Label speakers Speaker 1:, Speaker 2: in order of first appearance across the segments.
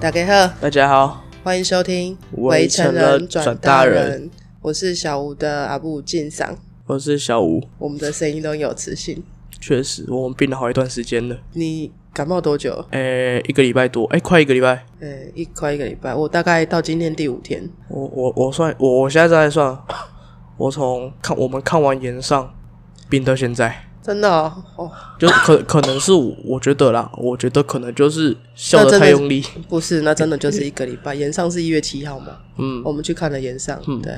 Speaker 1: 大家好，
Speaker 2: 大家好，
Speaker 1: 欢迎收听《
Speaker 2: 围城人转大人》，
Speaker 1: 我是小吴的阿布敬赏，
Speaker 2: 我是小吴。
Speaker 1: 我们的声音都有磁性。
Speaker 2: 确实，我们病了好一段时间了，
Speaker 1: 你感冒多久？
Speaker 2: 诶、一个礼拜多，诶、快一个礼拜。
Speaker 1: 呃、一快一个礼拜，我大概到今天第五天。
Speaker 2: 我我我算我我现在在算， 我从看我们看完岩上病到现在，
Speaker 1: 真的哦，哦
Speaker 2: 就可可能是我我觉得啦，我觉得可能就是笑
Speaker 1: 那
Speaker 2: 得
Speaker 1: 真的是
Speaker 2: 太用力，
Speaker 1: 不是，那真的 就是一个礼拜。延上是一月七号嘛？
Speaker 2: 嗯，
Speaker 1: 我们去看了延上。对，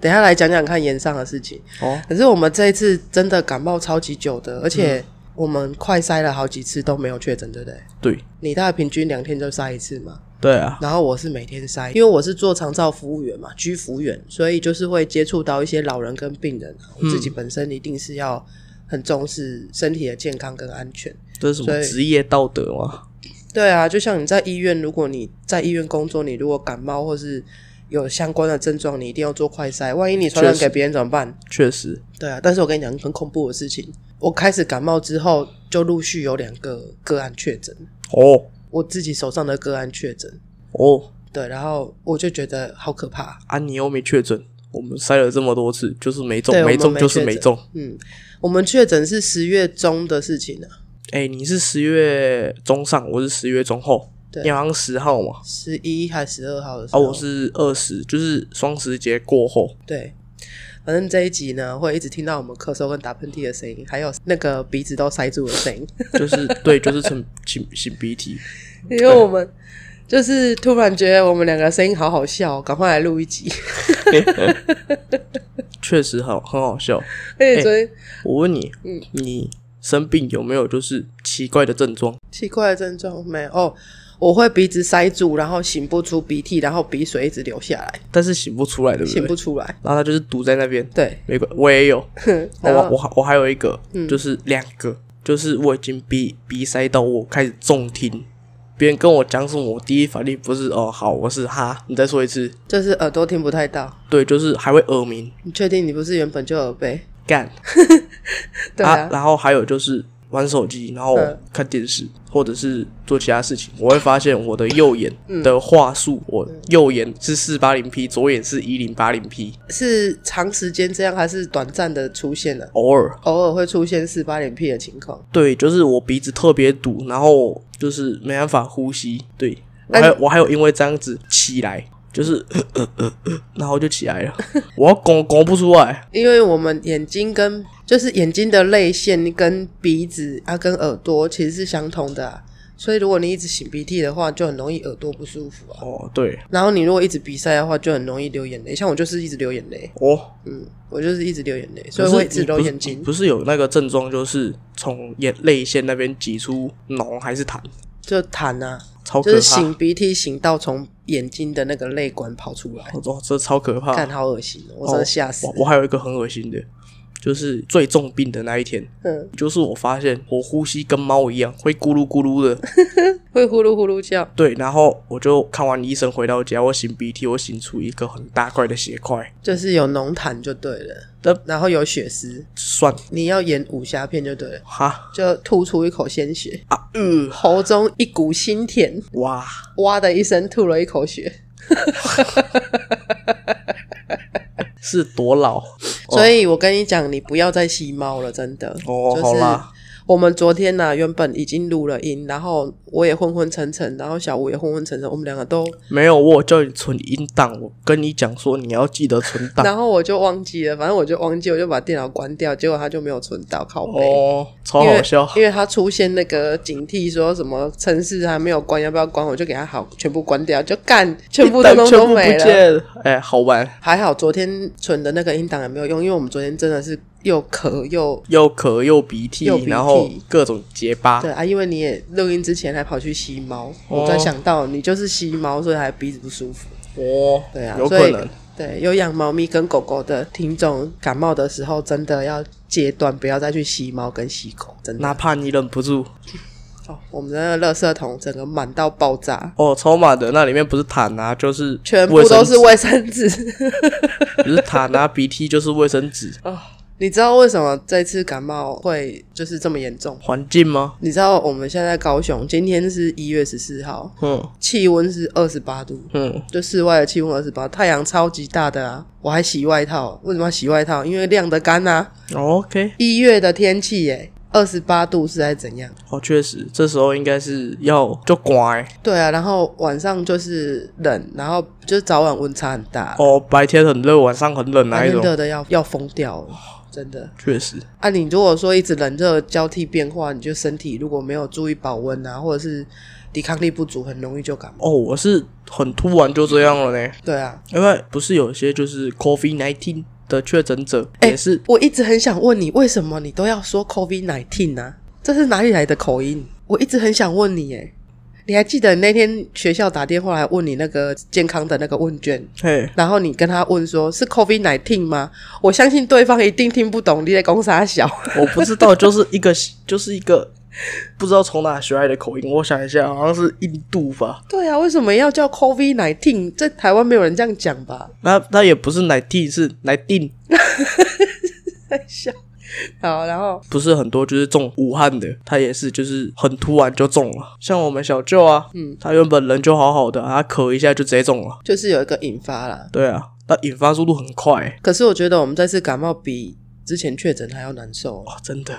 Speaker 1: 等一下来讲讲看延上的事情。
Speaker 2: 哦，
Speaker 1: 可是我们这一次真的感冒超级久的，而
Speaker 2: 嗯
Speaker 1: 且我们快筛了好几次都没有确诊，对不对？
Speaker 2: 对
Speaker 1: 你大概平均两天就筛一次嘛，
Speaker 2: 对啊，
Speaker 1: 然后我是每天筛，因为我是做长照服务员嘛，居服员，所以就是会接触到一些老人跟病人啊、我自己
Speaker 2: 嗯
Speaker 1: 本身一定是要很重视身体的健康跟安全。
Speaker 2: 这是什
Speaker 1: 所
Speaker 2: 么
Speaker 1: 以
Speaker 2: 职业道德吗？
Speaker 1: 对啊，就像你在医院，如果你在医院工作，你如果感冒或是有相关的症状，你一定要做快筛，万一你传染
Speaker 2: 确
Speaker 1: 给
Speaker 2: 实
Speaker 1: 别人怎么办？
Speaker 2: 确实，
Speaker 1: 对啊，但是我跟你讲很恐怖的事情，我开始感冒之后，就陆续有两个个案确诊，
Speaker 2: 哦
Speaker 1: 我自己手上的个案确诊，
Speaker 2: 哦，
Speaker 1: 对，然后我就觉得好可怕，
Speaker 2: 安妮又没确诊，我们筛了这么多次，就是没中
Speaker 1: 对，我
Speaker 2: 没
Speaker 1: 们
Speaker 2: 中
Speaker 1: 没
Speaker 2: 就是
Speaker 1: 确
Speaker 2: 没
Speaker 1: 诊
Speaker 2: 中。
Speaker 1: 嗯，我们确诊是十月中的事情啊，
Speaker 2: 哎、你是十月中上，我是十月中后，
Speaker 1: 对
Speaker 2: 你好像十号嘛，
Speaker 1: 十一还十二号的时
Speaker 2: 啊，
Speaker 1: 候，
Speaker 2: 我是二十，就是双十节过后，
Speaker 1: 对。反正这一集呢，会一直听到我们咳嗽跟打喷嚏的声音，还有那个鼻子都塞住的 声音，
Speaker 2: 就是对，就是成擤擤鼻涕，
Speaker 1: 因为我们就是突然觉得我们两个声音好好笑哦，赶快来录一 集。
Speaker 2: 确实很很好笑。
Speaker 1: 而且昨天、
Speaker 2: 我问你，
Speaker 1: 嗯
Speaker 2: 你生病有没有就是奇怪的症状？
Speaker 1: 奇怪的症状没有哦，我会鼻子塞住，然后擤不出鼻涕，然后鼻水一直流下来，
Speaker 2: 但是醒不出来，对不
Speaker 1: 擤
Speaker 2: 对？
Speaker 1: 不出来。
Speaker 2: 然后它就是堵在那边，
Speaker 1: 对，
Speaker 2: 没关，我也有，我
Speaker 1: 然
Speaker 2: 哦我
Speaker 1: 后嗯
Speaker 2: 还我还有一个，就是两个，就是我已经鼻鼻塞到我开始重听，别人跟我讲什么，我第一反应不是哦好，我是哈，你再说一次，
Speaker 1: 就是耳朵听不太到。
Speaker 2: 对，就是还会耳鸣
Speaker 1: 你确定你不是原本就耳背？
Speaker 2: 干
Speaker 1: 对啊，
Speaker 2: 然后还有就是玩手机，然后
Speaker 1: 嗯
Speaker 2: 看电视、或者是做其他事情，我会发现我的右眼的
Speaker 1: 嗯
Speaker 2: 话术，我右眼是四八零 P，左眼是一零八零 P，
Speaker 1: 是长时间这样还是短暂的出现呢、
Speaker 2: 偶尔
Speaker 1: 偶尔会出现四八零 P 的情况。
Speaker 2: 对，就是我鼻子特别堵，然后就是没办法呼吸。对，
Speaker 1: 那
Speaker 2: 我还有
Speaker 1: 你
Speaker 2: 我还有因为这样子起来，就是 呃呃呃呃，然后就起来了，我要拱拱不出来。
Speaker 1: 因为我们眼睛跟就是眼睛的泪腺跟鼻子啊跟耳朵其实是相同的、啊，所以如果你一直擤鼻涕的话，就很容易耳朵不舒服啊。
Speaker 2: 哦，对，
Speaker 1: 然后你如果一直比赛的话，就很容易流眼泪。像我就是一直流眼泪，
Speaker 2: 哦，
Speaker 1: 嗯，我就是一直流眼泪，所
Speaker 2: 可
Speaker 1: 以
Speaker 2: 是
Speaker 1: 会一直
Speaker 2: 你
Speaker 1: 揉
Speaker 2: 不是
Speaker 1: 眼睛
Speaker 2: 你。不是有那个症状，就是从眼泪腺那边挤出脓还是痰，
Speaker 1: 就痰啊，
Speaker 2: 超
Speaker 1: 就
Speaker 2: 可
Speaker 1: 是
Speaker 2: 怕。
Speaker 1: 擤鼻涕擤到从眼睛的那个泪管跑出来，
Speaker 2: 哇、哦这超可怕！
Speaker 1: 看好恶心哦，我真的吓死
Speaker 2: 我。我还有一个很恶心的，就是最重病的那一天，
Speaker 1: 嗯，
Speaker 2: 就是我发现我呼吸跟猫一样，会咕噜咕噜的。
Speaker 1: 会呼噜呼噜叫，
Speaker 2: 对，然后我就看完医生回到家，我擤鼻涕，我擤出一个很大块的血块，
Speaker 1: 就是有浓痰就对了，
Speaker 2: 但
Speaker 1: 然后有血丝，
Speaker 2: 算
Speaker 1: 你要演武侠片就对了，
Speaker 2: 哈
Speaker 1: 就吐出一口鲜血，
Speaker 2: 啊，呃，
Speaker 1: 喉中一股腥甜，
Speaker 2: 哇，
Speaker 1: 哇的一声吐了一口血，
Speaker 2: 是多老
Speaker 1: 所以我跟你讲，你不要再吸猫了，真的。
Speaker 2: 哦，
Speaker 1: 就是
Speaker 2: 好啦，
Speaker 1: 我们昨天呢、原本已经录了音，然后我也昏昏沉沉，然后小吴也昏昏沉沉，我们两个都，
Speaker 2: 没有我有叫你存音档，我跟你讲说你要记得存档
Speaker 1: 然后我就忘记了，反正我就忘记，我就把电脑关掉，结果他就没有存到靠背。
Speaker 2: 哦，超
Speaker 1: 因为
Speaker 2: 好笑，
Speaker 1: 因为他出现那个警惕，说什么城市还没有关，要不要关？我就给他好全部关掉，就干全部
Speaker 2: 但
Speaker 1: 通通
Speaker 2: 全
Speaker 1: 都
Speaker 2: 部
Speaker 1: 没
Speaker 2: 不
Speaker 1: 了。
Speaker 2: 见了，哎，好玩，
Speaker 1: 还好昨天存的那个音档也没有用，因为我们昨天真的是又咳又
Speaker 2: 又咳又鼻涕，
Speaker 1: 又鼻涕
Speaker 2: 然后各种结巴，
Speaker 1: 对啊，因为你也录音之前还跑去吸猫，我才想到你就是吸猫，所以还鼻子不舒服。
Speaker 2: 哦，
Speaker 1: 对啊，
Speaker 2: 有
Speaker 1: 所
Speaker 2: 可
Speaker 1: 以
Speaker 2: 能，
Speaker 1: 对有养猫咪跟狗狗的听众，感冒的时候真的要戒断，不要再去吸猫跟吸狗，真的。
Speaker 2: 哪怕你忍不住，
Speaker 1: 哦，我们的那个垃圾桶整个满到爆炸。
Speaker 2: 哦，超满的，那里面不是痰啊，就是
Speaker 1: 全部
Speaker 2: 卫生
Speaker 1: 都是
Speaker 2: 纸
Speaker 1: 卫生纸
Speaker 2: 不是痰啊，鼻涕就是卫生纸。
Speaker 1: 哦，你知道为什么这次感冒会就是这么严重？
Speaker 2: 环境吗？
Speaker 1: 你知道我们现在高雄，今天是一月十四号，
Speaker 2: 嗯
Speaker 1: 气温是二十八度，
Speaker 2: 嗯，
Speaker 1: 就室外的气温二十八，太阳超级大的啊！我还洗外套，为什么要洗外套？因为晾得干啊。
Speaker 2: 哦 OK，
Speaker 1: 一月的天气耶、二十八度是在怎样？
Speaker 2: 哦，确实，这时候应该是要就乖
Speaker 1: 对啊，然后晚上就是冷，然后就是早晚温差很大，
Speaker 2: 哦，白天很热，晚上很冷那一
Speaker 1: 天
Speaker 2: 种，
Speaker 1: 热的要要疯掉了，真的。
Speaker 2: 确实，
Speaker 1: 啊，你如果说一直冷热交替变化，你就身体如果没有注意保温啊，或者是抵抗力不足，很容易就感冒。
Speaker 2: 哦，我是很突然就这样了呢，
Speaker 1: 对啊，
Speaker 2: 因为不是有些就是 COVID nineteen 的确诊者、
Speaker 1: 哎
Speaker 2: 也是
Speaker 1: 我一直很想问你，为什么你都要说 COVID nineteen 呢、这是哪里来的口音？我一直很想问你，哎，你还记得那天学校打电话来问你那个健康的那个问卷，
Speaker 2: 嘿，
Speaker 1: 然后你跟他问说是 COVID nineteen 吗？我相信对方一定听不懂你在讲啥小。
Speaker 2: 我不知道，就是一个就是一个不知道从哪学来的口音，我想一下，好像是印度吧，
Speaker 1: 对啊，为什么要叫 COVID nineteen？在台湾没有人这样讲吧？
Speaker 2: 那那也不是 nineteen 是 nineteen，
Speaker 1: 在笑。好，然后
Speaker 2: 不是很多就是中武汉的，他也是就是很突然就中了，像我们小舅啊，嗯，他原本人就好好的，他咳一下就直接中了。
Speaker 1: 就是有一个引发啦。
Speaker 2: 对啊，那引发速度很快、欸，
Speaker 1: 可是我觉得我们这次感冒比之前确诊还要难受，哦
Speaker 2: 哇，啊真的，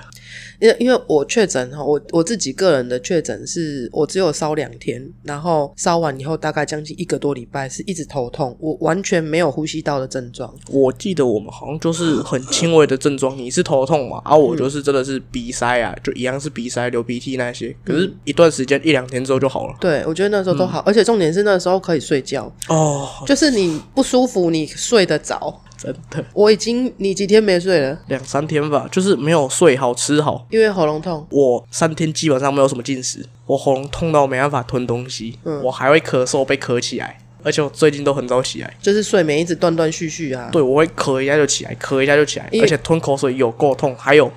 Speaker 1: 因为因为我确诊哈，我我自己个人的确诊是我只有烧两天，然后烧完以后大概将近一个多礼拜是一直头痛，我完全没有呼吸道的症状。
Speaker 2: 我记得我们好像就是很轻微的症状，你是头痛嘛，啊，我就是真的是鼻塞啊，就一样是鼻塞、流鼻涕那些，可是一段时间一两天之后就好了。
Speaker 1: 对，我觉得那时候都
Speaker 2: 嗯
Speaker 1: 好，而且重点是那时候可以睡觉，
Speaker 2: 哦，
Speaker 1: 就是你不舒服你睡得着。
Speaker 2: 真的，
Speaker 1: 我已经你几天没睡了，
Speaker 2: 两三天吧，就是没有睡好、吃好。
Speaker 1: 因为喉咙痛。
Speaker 2: 我三天基本上没有什么进食，我喉咙痛到没办法吞东西，
Speaker 1: 嗯
Speaker 2: 我还会咳嗽被咳起来，而且我最近都很早起来，
Speaker 1: 就是睡眠一直断断续续啊，
Speaker 2: 对我会咳一下就起来，咳一下就起来，
Speaker 1: 因为
Speaker 2: 而且吞口水有够痛，还有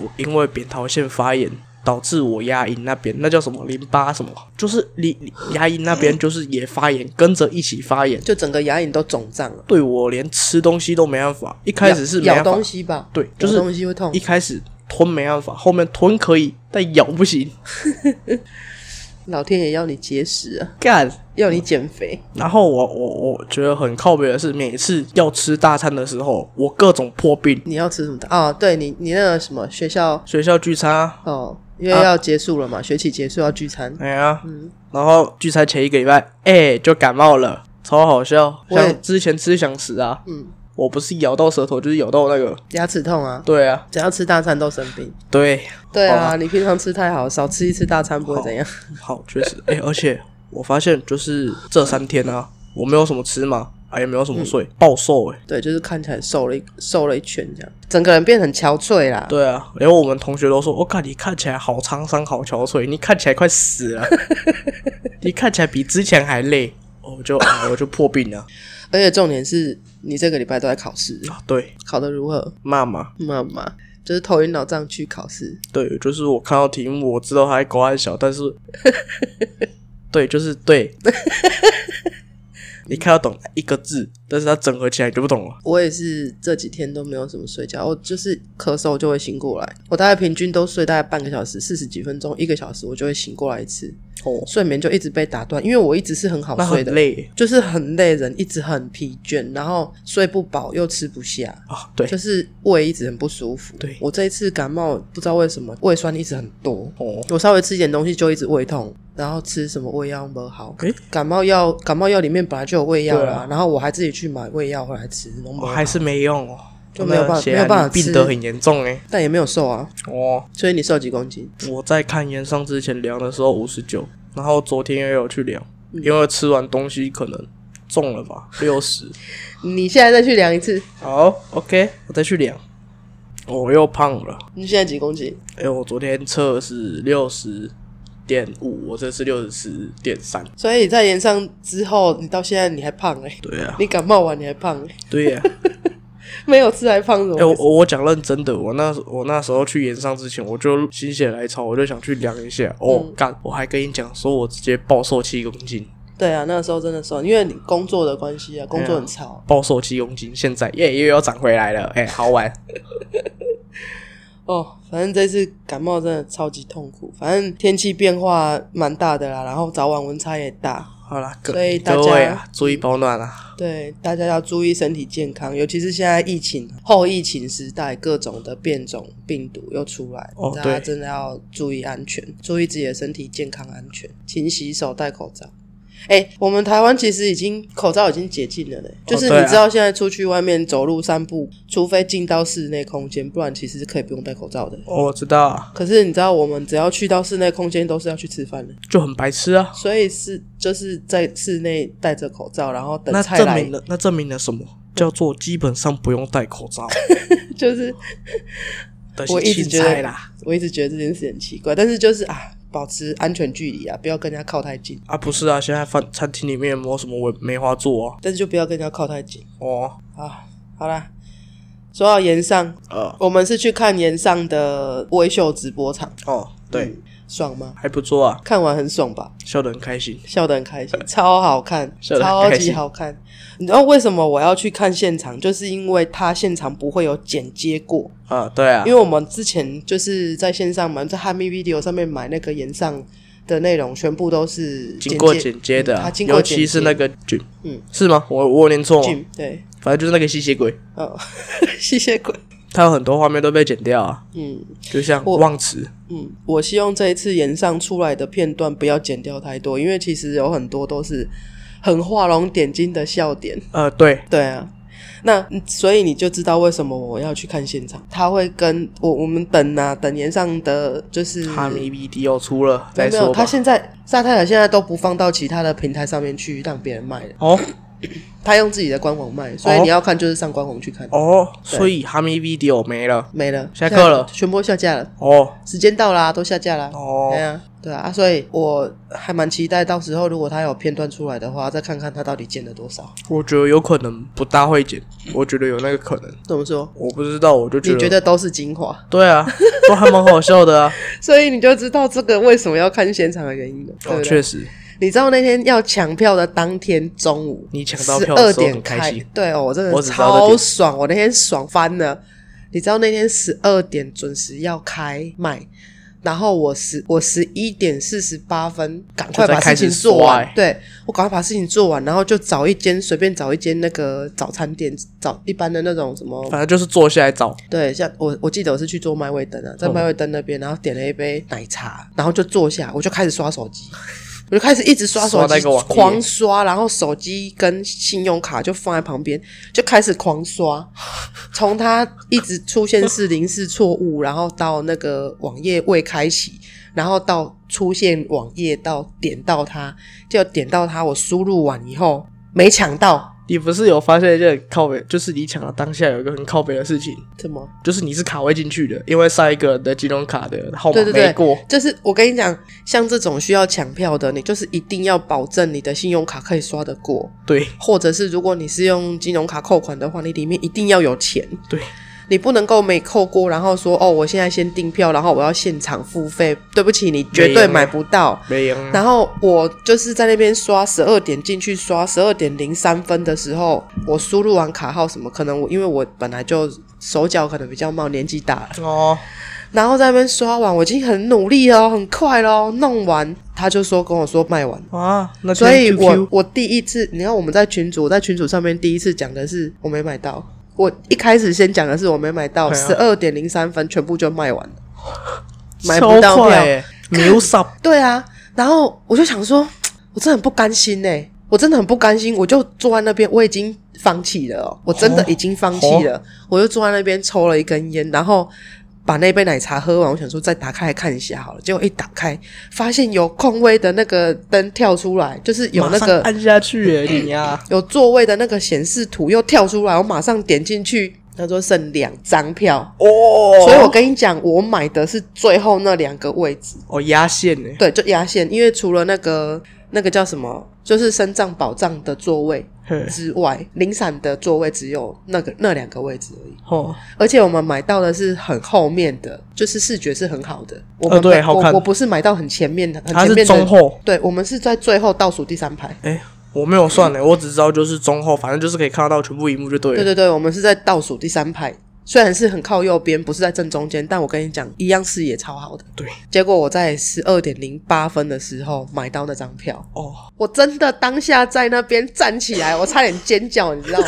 Speaker 2: 我因为扁桃腺发炎导致我牙龈那边那叫什么淋巴什么，就是你牙龈那边就是也发炎，跟着一起发炎，
Speaker 1: 就整个牙龈都肿胀了。
Speaker 2: 对我连吃东西都没办法，一开始是没
Speaker 1: 咬
Speaker 2: 办
Speaker 1: 咬
Speaker 2: 法
Speaker 1: 东，西吧，
Speaker 2: 对，就
Speaker 1: 咬东
Speaker 2: 是
Speaker 1: 西会痛
Speaker 2: 一。开始吞没办法，后面吞可以，但咬不行，
Speaker 1: 老天爷要你节食啊，
Speaker 2: 干。
Speaker 1: 要你减肥。
Speaker 2: 然后我我我觉得很靠北的是，每次要吃大餐的时候，我各种破病，
Speaker 1: 你要吃什么的？哦，对你你那个什么学校
Speaker 2: 学校聚餐啊，
Speaker 1: 哦，因为要结束了嘛，学期结束要聚餐。
Speaker 2: 哎呀，
Speaker 1: 嗯
Speaker 2: 然后聚餐前一个礼拜，哎、就感冒了，超好笑。
Speaker 1: 我也
Speaker 2: 像之前吃享食啊，
Speaker 1: 嗯，
Speaker 2: 我不是咬到舌头，就是咬到那个。
Speaker 1: 牙齿痛啊，
Speaker 2: 对啊，
Speaker 1: 只要吃大餐都生病。
Speaker 2: 对，
Speaker 1: 对
Speaker 2: 好
Speaker 1: 啊，你平常吃太好，少吃一次大餐不会怎样。
Speaker 2: 好，确实，哎、而且我发现就是这三天啊，我没有什么吃嘛，啊也没有什么睡，
Speaker 1: 嗯
Speaker 2: 暴瘦哎、
Speaker 1: 对，就是看起来瘦了一瘦了一圈这样，整个人变得很憔悴啦。
Speaker 2: 对啊，连我们同学都说，我、看你看起来好沧桑，好憔悴，你看起来快 死了，你看起来比之前还累。我就、啊、我就破病了
Speaker 1: 而且重点是你这个礼拜都在考试，
Speaker 2: 啊！对，
Speaker 1: 考得如何？
Speaker 2: 骂嘛，
Speaker 1: 妈妈就是头晕脑胀去考试。
Speaker 2: 对，就是我看到题目，我知道他在国安小，但是， 对，就是对，你看得懂一个字，但是它整合起来你就不懂了。
Speaker 1: 我也是这几天都没有什么睡觉，我就是咳嗽就会醒过来。我大概平均都睡大概半个小时、四十几分钟、一个小时，我就会醒过来一次。
Speaker 2: 哦，
Speaker 1: 睡眠就一直被打断，因为我一直是很好
Speaker 2: 那
Speaker 1: 睡
Speaker 2: 很
Speaker 1: 的，
Speaker 2: 累
Speaker 1: 就是很累人，一直很疲倦，然后睡不饱又吃不下，
Speaker 2: 啊，对，
Speaker 1: 就是胃一直很不舒服。
Speaker 2: 对
Speaker 1: 我这一次感冒，不知道为什么胃酸一直很多，
Speaker 2: 哦，
Speaker 1: 我稍微吃一点东西就一直胃痛，然后吃什么胃药不好。
Speaker 2: 诶
Speaker 1: 感冒药，感冒药里面本来就有胃药
Speaker 2: 对
Speaker 1: 啦，
Speaker 2: 啊
Speaker 1: 然后我还自己去买胃药回来吃，弄不
Speaker 2: 我
Speaker 1: 好
Speaker 2: 还是没用哦，
Speaker 1: 就没有办法
Speaker 2: 那血
Speaker 1: 没有
Speaker 2: 压
Speaker 1: 办法
Speaker 2: 你病
Speaker 1: 吃
Speaker 2: 得很严重哎。
Speaker 1: 但也没有瘦啊。
Speaker 2: 哦，
Speaker 1: 所以你瘦几公斤？
Speaker 2: 我在看岩上之前量的时候五十九，然后昨天也有去量，因为吃完东西可能重了吧，六十。
Speaker 1: 你现在再去量一次，
Speaker 2: 好，OK，我再去量，我又胖了。
Speaker 1: 你现在几公斤？
Speaker 2: 哎、我昨天测是六十点五，我这次六十点三。
Speaker 1: 所以你在延上之后，你到现在你还胖哎、
Speaker 2: 对呀、啊，
Speaker 1: 你感冒完你还胖、欸，
Speaker 2: 对呀、
Speaker 1: 没有吃还胖什么
Speaker 2: 哎、
Speaker 1: 意思？
Speaker 2: 我我我讲认真的，我那我那时候去演上之前，我就心血来潮，我就想去量一下。哦，干、我还跟你讲说，我直接暴瘦七公斤，
Speaker 1: 对啊，那个时候真的瘦，因为你工作的关系啊，工作很吵。
Speaker 2: 暴瘦七公斤，现在耶又要长回来了，哎、好玩。
Speaker 1: 哦，反正这次感冒真的超级痛苦，反正天气变化蛮大的啦，然后早晚温差也大，
Speaker 2: 好啦，各
Speaker 1: 所以大家
Speaker 2: 各位啊，注意保暖啊。
Speaker 1: 对大家要注意身体健康，尤其是现在疫情后疫情时代，各种的变种病毒又出来，
Speaker 2: 哦
Speaker 1: 大家
Speaker 2: 对
Speaker 1: 真的要注意安全，注意自己的身体健康安全，勤洗手，戴口罩。哎、我们台湾其实已经口罩已经解禁了嘞，就是
Speaker 2: 对啊
Speaker 1: 你知道现在出去外面走路散步，除非进到室内空间，不然其实是可以不用戴口罩的。
Speaker 2: 哦我知道啊，
Speaker 1: 可是你知道，我们只要去到室内空间，都是要去吃饭的，
Speaker 2: 就很白痴啊。
Speaker 1: 所以是就是在室内戴着口罩，然后等
Speaker 2: 那
Speaker 1: 菜
Speaker 2: 证
Speaker 1: 来
Speaker 2: 明，了，那证明了什么？叫做基本上不用戴 口罩，
Speaker 1: 就是
Speaker 2: 但
Speaker 1: 我
Speaker 2: 是
Speaker 1: 一直
Speaker 2: 青
Speaker 1: 觉
Speaker 2: 菜
Speaker 1: 得
Speaker 2: 啦。
Speaker 1: 我一直觉得这件事很奇怪，但是就是啊，保持安全距离啊，不要跟人家靠太近，
Speaker 2: 啊，不是啊，现在饭餐厅里面有没有什么我梅花座啊？
Speaker 1: 但是就不要跟人家靠太近
Speaker 2: 哦，
Speaker 1: 啊。好啦，说到岩上，
Speaker 2: 呃，
Speaker 1: 我们是去看岩上的微秀直播场，
Speaker 2: 哦，对，
Speaker 1: 嗯爽吗？
Speaker 2: 还不错啊，
Speaker 1: 看完很爽吧？
Speaker 2: 笑得很开心。
Speaker 1: 笑得很开 心，超好看，
Speaker 2: 笑得
Speaker 1: 超
Speaker 2: 很开
Speaker 1: 级
Speaker 2: 心
Speaker 1: 好看。你知道为什么我要去看现场？就是因为它现场不会有剪接过，
Speaker 2: 啊，对啊
Speaker 1: 因，为我们之前就是在线上买，在 h a m i Video 上面买那个岩上的内容，全部都是
Speaker 2: 经过
Speaker 1: 剪
Speaker 2: 剪接的、
Speaker 1: 嗯它
Speaker 2: 啊，
Speaker 1: 经过
Speaker 2: 尤
Speaker 1: 剪
Speaker 2: 其是
Speaker 1: 接
Speaker 2: 那个菌，
Speaker 1: 嗯，
Speaker 2: 是吗？我我有念错吗？
Speaker 1: 辑，对，
Speaker 2: 反正就是那个吸血鬼，
Speaker 1: 哦， 吸血鬼。
Speaker 2: 它有很多画面都被剪掉啊，
Speaker 1: 嗯
Speaker 2: 就像
Speaker 1: 我
Speaker 2: 忘词，
Speaker 1: 嗯，我希望这一次演上出来的片段不要剪掉太多，因为其实有很多都是很画龙点睛的笑点。
Speaker 2: 呃，对，
Speaker 1: 对啊，那嗯所以你就知道为什么我要去看现场。他会跟我我们等啊等演上的就是
Speaker 2: 哈迷 VDO 出了
Speaker 1: 嗯没
Speaker 2: 再
Speaker 1: 有没有，
Speaker 2: 说
Speaker 1: 他
Speaker 2: 吧。
Speaker 1: 现在沙泰尔现在都不放到其他的平台上面去让别人卖了，
Speaker 2: 哦
Speaker 1: 他用自己的官网卖，所以
Speaker 2: 哦
Speaker 1: 你要看就是上官网去看。
Speaker 2: 哦，所以哈迷 VDO 没了。
Speaker 1: 没了，
Speaker 2: 下课了
Speaker 1: 全部下架了。
Speaker 2: 哦
Speaker 1: 时间到啦，都下架啦。对
Speaker 2: 哦，
Speaker 1: 啊，对啊，啊所以我还蛮期待到时候如果他有片段出来的话，再看看他到底剪了多少。
Speaker 2: 我觉得有可能不大会剪，我觉得有那个可能，
Speaker 1: 怎么说？
Speaker 2: 我不知道，我就觉
Speaker 1: 你
Speaker 2: 得
Speaker 1: 觉得都是精华，
Speaker 2: 对啊，都还蛮好笑的啊。
Speaker 1: 所以你就知道这个为什么要看现场的原因了， 对
Speaker 2: 哦，
Speaker 1: 不
Speaker 2: 确
Speaker 1: 对？
Speaker 2: 实，
Speaker 1: 你知道那天要抢票的当天中午，
Speaker 2: 你抢到
Speaker 1: 十
Speaker 2: 票
Speaker 1: 二
Speaker 2: 的时候
Speaker 1: 点
Speaker 2: 很开心，
Speaker 1: 对哦，我真的
Speaker 2: 我只知道这
Speaker 1: 超
Speaker 2: 点
Speaker 1: 爽，我那天爽翻了。你知道那天十二点准时要开卖，然后我十我十一点四十八分赶快把事情做完
Speaker 2: 就在开始刷欸，
Speaker 1: 对我赶快把事情做完，然后就找一间随便找一间那个早餐店，找一般的那种什么。
Speaker 2: 反正就是坐下来找
Speaker 1: 对，像我我记得我是去做麦味登啊，在
Speaker 2: 嗯
Speaker 1: 麦味登那边，然后点了一杯奶茶，然后就坐下，我就开始刷手机，我就开始一直刷手
Speaker 2: 刷
Speaker 1: 机
Speaker 2: 那个网，页
Speaker 1: 狂刷，然后手机跟信用卡就放在旁边，就开始狂刷，从它一直出现四零四错误，然后到那个网页未开启，然后到出现网页到点到它，就点到它，我输入完以后没抢到，
Speaker 2: 你不是有发现一件很靠北，就是你抢了当下有一个很靠北的事情，
Speaker 1: 怎么？
Speaker 2: 就是你是卡位进去的，因为上一个人的金融卡的号码
Speaker 1: 对对对
Speaker 2: 没过，
Speaker 1: 就是我跟你讲，像这种需要抢票的，你就是一定要保证你的信用卡可以刷得过，
Speaker 2: 对
Speaker 1: 或者是如果你是用金融卡扣款的话，你里面一定要有钱，
Speaker 2: 对
Speaker 1: 你不能够没扣过，然后说哦，我现在先订票，然后我要现场付费，对不起，你绝对买不到。
Speaker 2: 没赢啊，
Speaker 1: 然后我就是在那边刷十二点进去刷十二点零三分的时候，我输入完卡号什么，可能我因为我本来就手脚可能比较慢，年纪大了。
Speaker 2: 哦，
Speaker 1: 然后在那边刷完，我已经很努力了哦，很快喽，弄完他就说跟我说卖完，
Speaker 2: 啊，那
Speaker 1: 所以
Speaker 2: 天 QQ
Speaker 1: 我我第一次，你看我们在群组，我在群组上面第一次讲的是我没买到，我一开始先讲的是我没买到，
Speaker 2: 哎
Speaker 1: 十
Speaker 2: 呀
Speaker 1: 二点零三分全部就卖完了，买不到
Speaker 2: 超快
Speaker 1: 票，
Speaker 2: 欸，牛傻，
Speaker 1: 对啊，然后我就想说，我真的很不甘心呢、我真的很不甘心，我就坐在那边，我已经放弃了、哦，我真的已经放弃
Speaker 2: 哦
Speaker 1: 了，我就坐在那边抽了一根烟，然后把那杯奶茶喝完，我想说再打开来看一下好了，结果一打开，发现有空位的那个灯跳出来，就是有那
Speaker 2: 马上
Speaker 1: 个
Speaker 2: 按下去欸，你呀，
Speaker 1: 有座位的那个显示图又跳出来，我马上点进去，他说剩两张票，
Speaker 2: 哦，
Speaker 1: 所以我跟你讲，我买的是最后那两个位置。
Speaker 2: 我哦压线呢，
Speaker 1: 对，就压线，因为除了那个那个叫什么，就是身障保障的座位，
Speaker 2: 嘿，
Speaker 1: 之外，零散的座位只有那个那两个位置而已。
Speaker 2: 哦，
Speaker 1: 而且我们买到的是很后面的，就是视觉是很好的。我们
Speaker 2: 呃对
Speaker 1: 买
Speaker 2: 好
Speaker 1: 我
Speaker 2: 看
Speaker 1: 我不是买到很前面的，很
Speaker 2: 它
Speaker 1: 前
Speaker 2: 是
Speaker 1: 面的
Speaker 2: 中后，
Speaker 1: 对，我们是在最后倒数第三排。
Speaker 2: 哎、我没有算呢、我只知道就是中后，反正就是可以看得到全部荧幕就对了。
Speaker 1: 对对对，我们是在倒数第三排，虽然是很靠右边，不是在正中间，但我跟你讲，一样视野超好的。
Speaker 2: 对，
Speaker 1: 结果我在十二点零八分的时候买到那张票，
Speaker 2: 哦，
Speaker 1: 我真的当下在那边站起来，我差点尖叫，你知道 吗？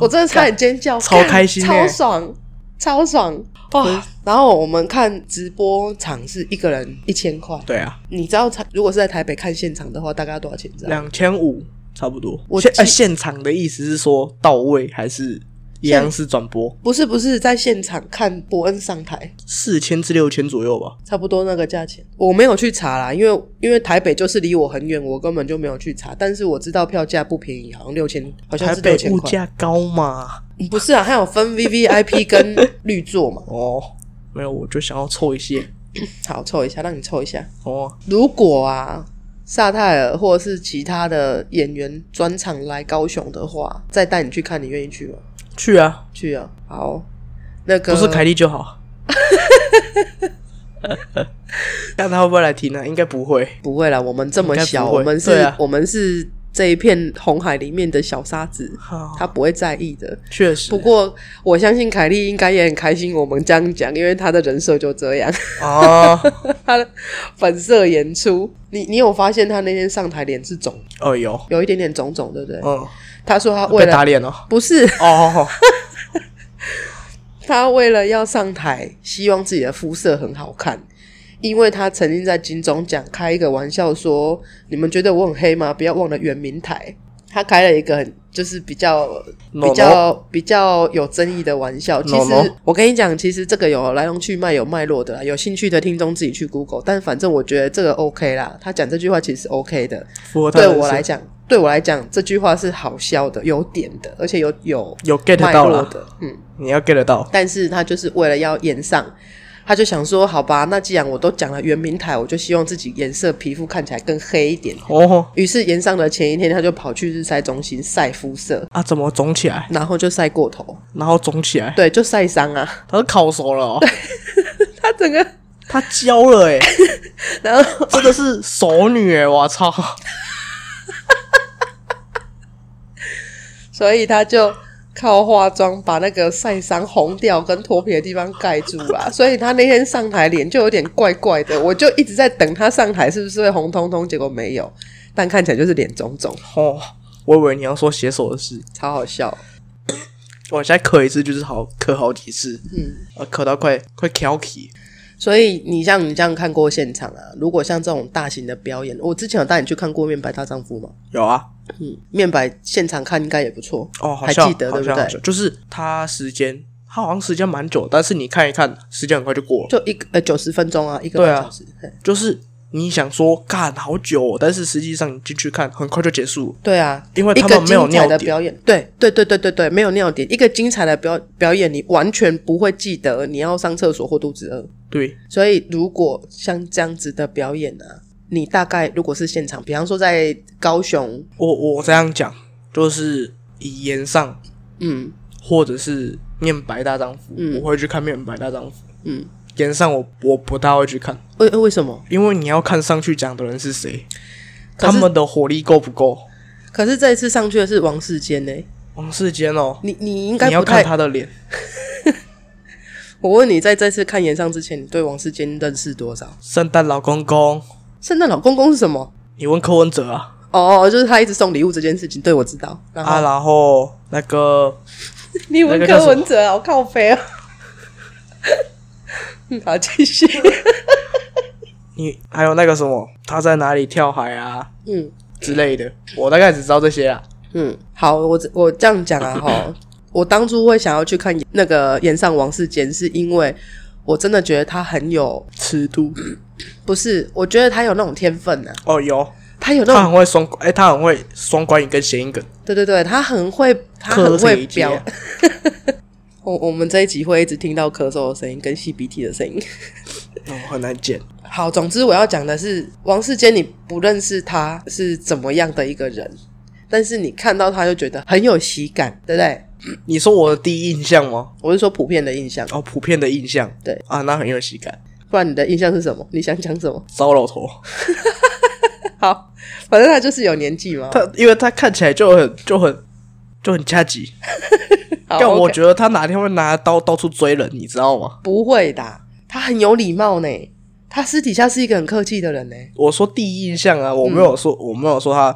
Speaker 1: 我真的差点尖叫，
Speaker 2: 哦超
Speaker 1: 干
Speaker 2: 开心欸
Speaker 1: 超爽，超爽。
Speaker 2: 哇，
Speaker 1: 然后我们看直播场是一个人一千块，
Speaker 2: 对啊，
Speaker 1: 你知道台如果是在台北看现场的话，大概要多少钱？知道吗？
Speaker 2: 两千五差不多。
Speaker 1: 啊我
Speaker 2: 现、
Speaker 1: 记
Speaker 2: 呃、现场的意思是说到位还是一样是转播？
Speaker 1: 不是不是，在现场看伯恩上台，
Speaker 2: 四千至六千左右吧。
Speaker 1: 差不多那个价钱，我没有去查啦，因为因为台北就是离我很远，我根本就没有去查。但是我知道票价不便宜，好像六千，好像
Speaker 2: 台
Speaker 1: 是六
Speaker 2: 北
Speaker 1: 千
Speaker 2: 物
Speaker 1: 块。
Speaker 2: 价高嘛？
Speaker 1: 嗯不是啊，还有分 V V I P 跟绿座嘛。
Speaker 2: 哦，没有，我就想要凑一些。
Speaker 1: 好，凑一下，让你凑一下。
Speaker 2: 哦，
Speaker 1: 如果啊，萨泰尔或者是其他的演员专场来高雄的话，再带你去看，你愿意去吗？
Speaker 2: 去啊，
Speaker 1: 去啊，好。那个
Speaker 2: 不是凯莉 就好。 看他会不会来听啊呢、应该不会。
Speaker 1: 不会啦，我们这么
Speaker 2: 应该不
Speaker 1: 小，
Speaker 2: 会
Speaker 1: 我们是、
Speaker 2: 对啊
Speaker 1: 我们是这一片红海里面的小沙子，
Speaker 2: 好，
Speaker 1: 他不会在意的。
Speaker 2: 确实。
Speaker 1: 不过我相信凯莉应该也很开心我们这样讲，因为她的人设就这样，
Speaker 2: 啊，
Speaker 1: 她的本色演出。你你有发现她那天上台脸是肿，
Speaker 2: 哦有，
Speaker 1: 有一点点肿肿，对不对？
Speaker 2: 嗯，
Speaker 1: 她说她为
Speaker 2: 被
Speaker 1: 了
Speaker 2: 打脸了。
Speaker 1: 不是
Speaker 2: 哦哦，哦
Speaker 1: 她为了要上台，希望自己的肤色很好看。因为她曾经在金钟奖开一个玩笑说：“你们觉得我很黑吗？不要忘了圆明台。”她开了一个很就是比较
Speaker 2: ，no
Speaker 1: 比
Speaker 2: no，
Speaker 1: 较比较有争议的玩笑。其
Speaker 2: No,
Speaker 1: 实
Speaker 2: no
Speaker 1: 我跟你讲，其实这个有来龙去脉、有脉络的啦。有兴趣的听众自己去 Google，但反正我觉得这个 OK 啦。他讲这句话其实是 OK 的，
Speaker 2: 符哦合他
Speaker 1: 对
Speaker 2: 人
Speaker 1: 我
Speaker 2: 设
Speaker 1: 来讲，对我来讲这句话是好笑的、有点的，而且有有
Speaker 2: 有 get
Speaker 1: 脉
Speaker 2: 到
Speaker 1: 络
Speaker 2: 了，
Speaker 1: 的。嗯，
Speaker 2: 你要 get 得到。
Speaker 1: 但是他就是为了要演上。他就想说，好吧，那既然我都讲了圆明台，我就希望自己颜色皮肤看起来更黑一点。
Speaker 2: 哦
Speaker 1: 于是演上的前一天，他就跑去日晒中心晒肤色，
Speaker 2: 啊，怎么肿起来？
Speaker 1: 然后就晒过头。
Speaker 2: 然后肿起来，
Speaker 1: 对，就晒伤啊，
Speaker 2: 他是烤熟了哦，
Speaker 1: 他整个，
Speaker 2: 他焦了哎，
Speaker 1: 然后
Speaker 2: 真的是熟女哎，我操！
Speaker 1: 所以他就靠化妆把那个晒伤红掉跟脱皮的地方盖住啦。 所以他那天上台脸就有点怪怪的，我就一直在等他上台是不是会红彤彤，结果没有，但看起来就是脸肿肿，
Speaker 2: 哦，我以为你要说写手的事，
Speaker 1: 超好笑。
Speaker 2: 我现在咳一次就是好咳好几次，
Speaker 1: 嗯，
Speaker 2: 呃，咳到快快挑起。
Speaker 1: 所以你像你这样看过现场啊，如果像这种大型的表演，我之前有带你去看过《面白大丈夫》吗？
Speaker 2: 有啊，
Speaker 1: 嗯，面白现场看应该也不错
Speaker 2: 哦，好
Speaker 1: 还
Speaker 2: 像
Speaker 1: 记得
Speaker 2: 好
Speaker 1: 对不
Speaker 2: 像
Speaker 1: 对
Speaker 2: 好像就是它时间，它好像时间蛮久，但是你看一看，时间很快就过了。
Speaker 1: 就一个呃九十分钟啊，一个
Speaker 2: 对
Speaker 1: 半
Speaker 2: 啊
Speaker 1: 小时。嘿
Speaker 2: 就是你想说干好久哦，但是实际上你进去看，很快就结束了，
Speaker 1: 对啊，
Speaker 2: 因为
Speaker 1: 一
Speaker 2: 他
Speaker 1: 个
Speaker 2: 们没有
Speaker 1: 精彩
Speaker 2: 尿
Speaker 1: 的
Speaker 2: 点。
Speaker 1: 表演，对对对对对对，没有尿点。一个精彩的表表演，你完全不会记得你要上厕所或肚子饿。
Speaker 2: 对，
Speaker 1: 所以，如果像这样子的表演啊，你大概如果是现场，比方说在高雄，
Speaker 2: 我我这样讲，就是以言上
Speaker 1: 嗯
Speaker 2: 或者是面白大丈夫，
Speaker 1: 嗯
Speaker 2: 我会去看面白大丈夫。
Speaker 1: 嗯，
Speaker 2: 言上我我不大会去看，
Speaker 1: 为为什么？
Speaker 2: 因为你要看上去讲的人是谁，
Speaker 1: 可
Speaker 2: 他
Speaker 1: 是
Speaker 2: 们的火力够不够。
Speaker 1: 可是这一次上去的是王世坚呢、
Speaker 2: 王世坚哦，
Speaker 1: 你你应该
Speaker 2: 你要
Speaker 1: 不
Speaker 2: 看
Speaker 1: 太。
Speaker 2: 他的脸，
Speaker 1: 我问你，在这次看演唱之前，你对王世坚认识多少？
Speaker 2: 圣诞老公公，
Speaker 1: 圣诞老公公是什么？
Speaker 2: 你问柯文哲啊
Speaker 1: 哦，就是他一直送礼物这件事情，对我知道。然后、
Speaker 2: 啊，然后那个
Speaker 1: 你问
Speaker 2: 那个叫
Speaker 1: 柯文哲啊，我靠飞啊！ 嗯好，继 续。
Speaker 2: 你还有那个什么，他在哪里跳海啊
Speaker 1: 嗯
Speaker 2: 之类的，我大概只知道这些啊。
Speaker 1: 嗯，好，我这我这样讲啊，哈，我当初会想要去看那个岩上王世坚，是因为我真的觉得他很有，
Speaker 2: 尺度
Speaker 1: 不是，我觉得他有那种天分啊，
Speaker 2: 哦，有
Speaker 1: 他有那
Speaker 2: 他
Speaker 1: 种，
Speaker 2: 很会双，哎、他很会双关语跟谐音梗，
Speaker 1: 对对对，他很会，他
Speaker 2: 科
Speaker 1: 很
Speaker 2: 学
Speaker 1: 会
Speaker 2: 一啊
Speaker 1: 表。 我我们这一集会一直听到咳嗽的声音跟吸鼻涕的声音。
Speaker 2: 哦，很难剪。
Speaker 1: 好，总之我要讲的是，王世坚你不认识他是怎么样的一个人，但是你看到它就觉得很有喜感，对不对？
Speaker 2: 你说我的第一印象吗？
Speaker 1: 我是说普遍的印象，
Speaker 2: 哦，普遍的印象，
Speaker 1: 对
Speaker 2: 啊，那很有喜感，
Speaker 1: 不然你的印象是什么？你想讲什么？
Speaker 2: 糟老头，
Speaker 1: 好，反正他就是有年纪嘛。
Speaker 2: 他因为他看起来就很就很就很恰吉，
Speaker 1: 好
Speaker 2: 但我
Speaker 1: OK
Speaker 2: 觉得他哪天会拿刀到处追人，你知道吗？
Speaker 1: 不会的，他很有礼貌呢。他私底下是一个很客气的人呢。
Speaker 2: 我说第一印象啊，我没有说、我没有说他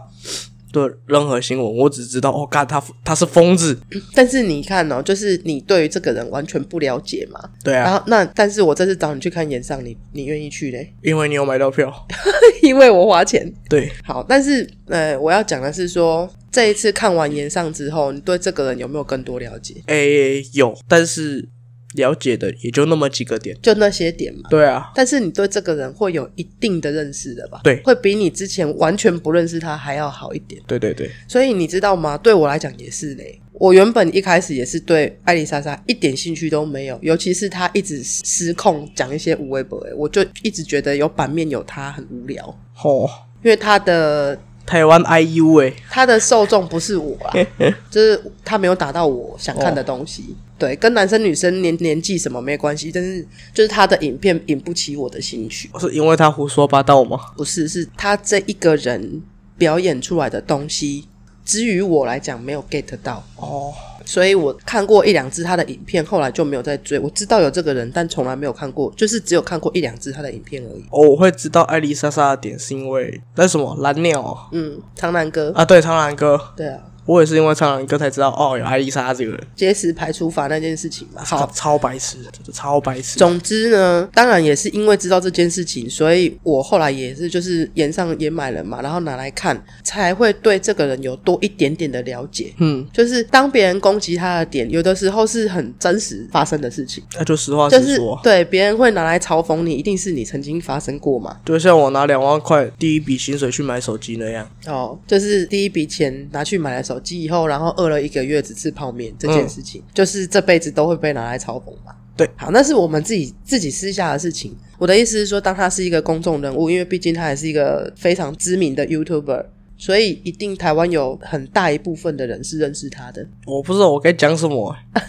Speaker 2: 的任何新闻，我只知道哦，干他他是疯子，
Speaker 1: 但是你看哦，就是你对于这个人完全不了解嘛。
Speaker 2: 对
Speaker 1: 然
Speaker 2: 啊，
Speaker 1: 后那，但是我这次找你去看演唱，你你愿意去嘞？
Speaker 2: 因为你有买到票，
Speaker 1: 因为我花钱。
Speaker 2: 对，
Speaker 1: 好，但是呃，我要讲的是说，这一次看完演唱之后，你对这个人有没有更多了解？
Speaker 2: 诶、有，但是了解的也就那么几个点，
Speaker 1: 就那些点嘛。
Speaker 2: 对啊，
Speaker 1: 但是你对这个人会有一定的认识的吧？
Speaker 2: 对
Speaker 1: 会比你之前完全不认识他还要好一点。
Speaker 2: 对对对，
Speaker 1: 所以你知道吗？对我来讲也是嘞。我原本一开始也是对艾丽莎莎一点兴趣都没有，尤其是她一直失控讲一些无微不微，我就一直觉得有版面有她很无聊，
Speaker 2: 哦，
Speaker 1: 因为她的
Speaker 2: 台湾欸 IU 诶、
Speaker 1: 他的受众不是我啦，就是他没有打到我想看的东西。对，跟男生女生年年纪什么没关系，但是就是他的影片引不起我的兴趣。
Speaker 2: 是因为他胡说八道吗？
Speaker 1: 不是，是他这一个人表演出来的东西，至于我来讲没有 get 到，
Speaker 2: 哦，
Speaker 1: 所以我看过一两支他的影片，后来就没有再追。我知道有这个人，但从来没有看过，就是只有看过一两支他的影片而已。
Speaker 2: 哦，我会知道艾丽莎莎的点是因为那什么蓝鸟哦
Speaker 1: 嗯，长南哥，
Speaker 2: 啊，对，苍兰哥，
Speaker 1: 对啊，
Speaker 2: 我也是因为苍兰哥才知道哦，有艾丽莎莎这个人，
Speaker 1: 结石排除法那件事情嘛。好
Speaker 2: 超，超白痴，真的超白痴，
Speaker 1: 总之呢，当然也是因为知道这件事情，所以我后来也是就是沿上也买了嘛，然后拿来看，才会对这个人有多一点点的了解。
Speaker 2: 嗯，
Speaker 1: 就是当别人攻击他的点，有的时候是很真实发生的事情，
Speaker 2: 那就实话
Speaker 1: 就
Speaker 2: 实
Speaker 1: 是
Speaker 2: 哦说。
Speaker 1: 对别人会拿来嘲讽你，一定是你曾经发生过嘛。
Speaker 2: 就像我拿两万块第一笔薪水去买手机那样，
Speaker 1: 哦，就是第一笔钱拿去买了手机以后，然后饿了一个月只吃泡面这件事情，就是这辈子都会被拿来嘲讽嘛。
Speaker 2: 嗯对，
Speaker 1: 好，那是我们自己自己私下的事情。我的意思是说，当他是一个公众人物，因为毕竟他也是一个非常知名的 YouTuber，所以一定台湾有很大一部分的人是认识他的。
Speaker 2: 我不知道我该讲什么、欸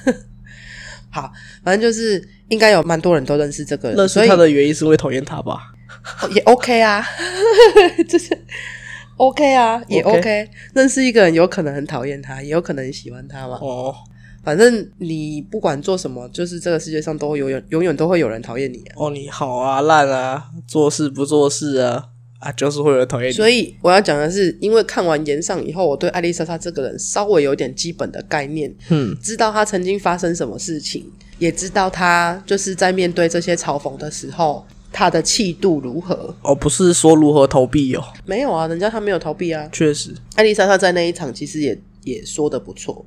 Speaker 1: 好，反正就是应该有蛮多人都认识这个人，
Speaker 2: 认
Speaker 1: 所
Speaker 2: 识
Speaker 1: 以
Speaker 2: 他的原因是因为讨厌他吧？
Speaker 1: 哦也 OK 啊， 就是 OK 啊，也
Speaker 2: OK
Speaker 1: OK。认识一个人，有可能很讨厌他，也有可能很喜欢他嘛。
Speaker 2: 哦
Speaker 1: 反正你不管做什么，就是这个世界上都永远永远都会有人讨厌你啊。
Speaker 2: 哦，你好啊，烂啊，做事不做事啊，啊，就是会有人讨厌你。
Speaker 1: 所以我要讲的是，因为看完岩上以后，我对艾丽莎莎这个人稍微有点基本的概念，
Speaker 2: 嗯，
Speaker 1: 知道她曾经发生什么事情，也知道她就是在面对这些嘲讽的时候，她的气度如何。
Speaker 2: 哦，不是说如何投币哦，
Speaker 1: 没有啊，人家她没有逃避啊。
Speaker 2: 确实，
Speaker 1: 艾丽莎莎在那一场其实也也说的不错，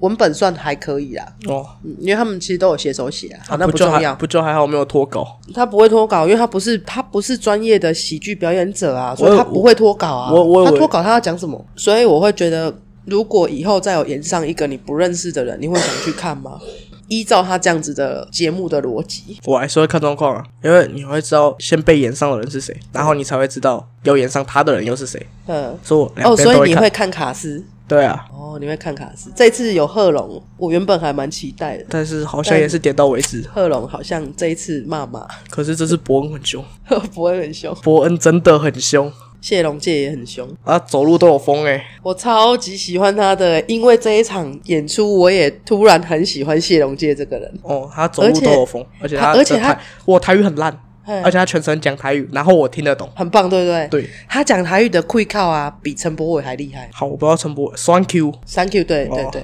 Speaker 1: 文本算还可以啦，
Speaker 2: 哦，
Speaker 1: 嗯，因为他们其实都有写手写啊，好那
Speaker 2: 不就
Speaker 1: 重
Speaker 2: 还
Speaker 1: 要。
Speaker 2: 不就还好没有脱稿。
Speaker 1: 他不会脱稿，因为他不是他不是专业的喜剧表演者啊，
Speaker 2: 我
Speaker 1: 所以他不会脱稿啊。
Speaker 2: 我我以为
Speaker 1: 他脱稿他要讲什么？所以我会觉得，如果以后再有演上一个你不认识的人，你会想去看吗？ 依照他这样子的节目的逻辑，
Speaker 2: 我还是会看状况啊，因为你会知道先被延上的人是谁，然后你才会知道要延上他的人又是谁。
Speaker 1: 嗯，
Speaker 2: 所以我两
Speaker 1: 哦，
Speaker 2: 边
Speaker 1: 所
Speaker 2: 都
Speaker 1: 以你
Speaker 2: 看。
Speaker 1: 会看卡斯，
Speaker 2: 对啊，
Speaker 1: 哦，你会看卡斯。这次有贺龙，我原本还蛮期待的。
Speaker 2: 但是好像也是点到为止。
Speaker 1: 贺龙好像这一次骂骂
Speaker 2: 可是这次伯恩很凶，
Speaker 1: 不会很凶，
Speaker 2: 伯恩真的很凶
Speaker 1: 谢龙介也很凶。
Speaker 2: 啊，走路都有风哎、
Speaker 1: 我超级喜欢他的，因为这一场演出，我也突然很喜欢谢龙介这个人。
Speaker 2: 哦，他走路都有风，而且
Speaker 1: 他
Speaker 2: 他
Speaker 1: 而且他
Speaker 2: 的台我台语很烂，
Speaker 1: 嗯
Speaker 2: 而且他全程讲台语，然后我听得懂。
Speaker 1: 很棒，对不对？
Speaker 2: 对，
Speaker 1: 他讲台语的会靠啊，比陈柏伟还厉害。
Speaker 2: 好，我不知道陈伯双 Q
Speaker 1: Thank you，对对
Speaker 2: 哦
Speaker 1: 对，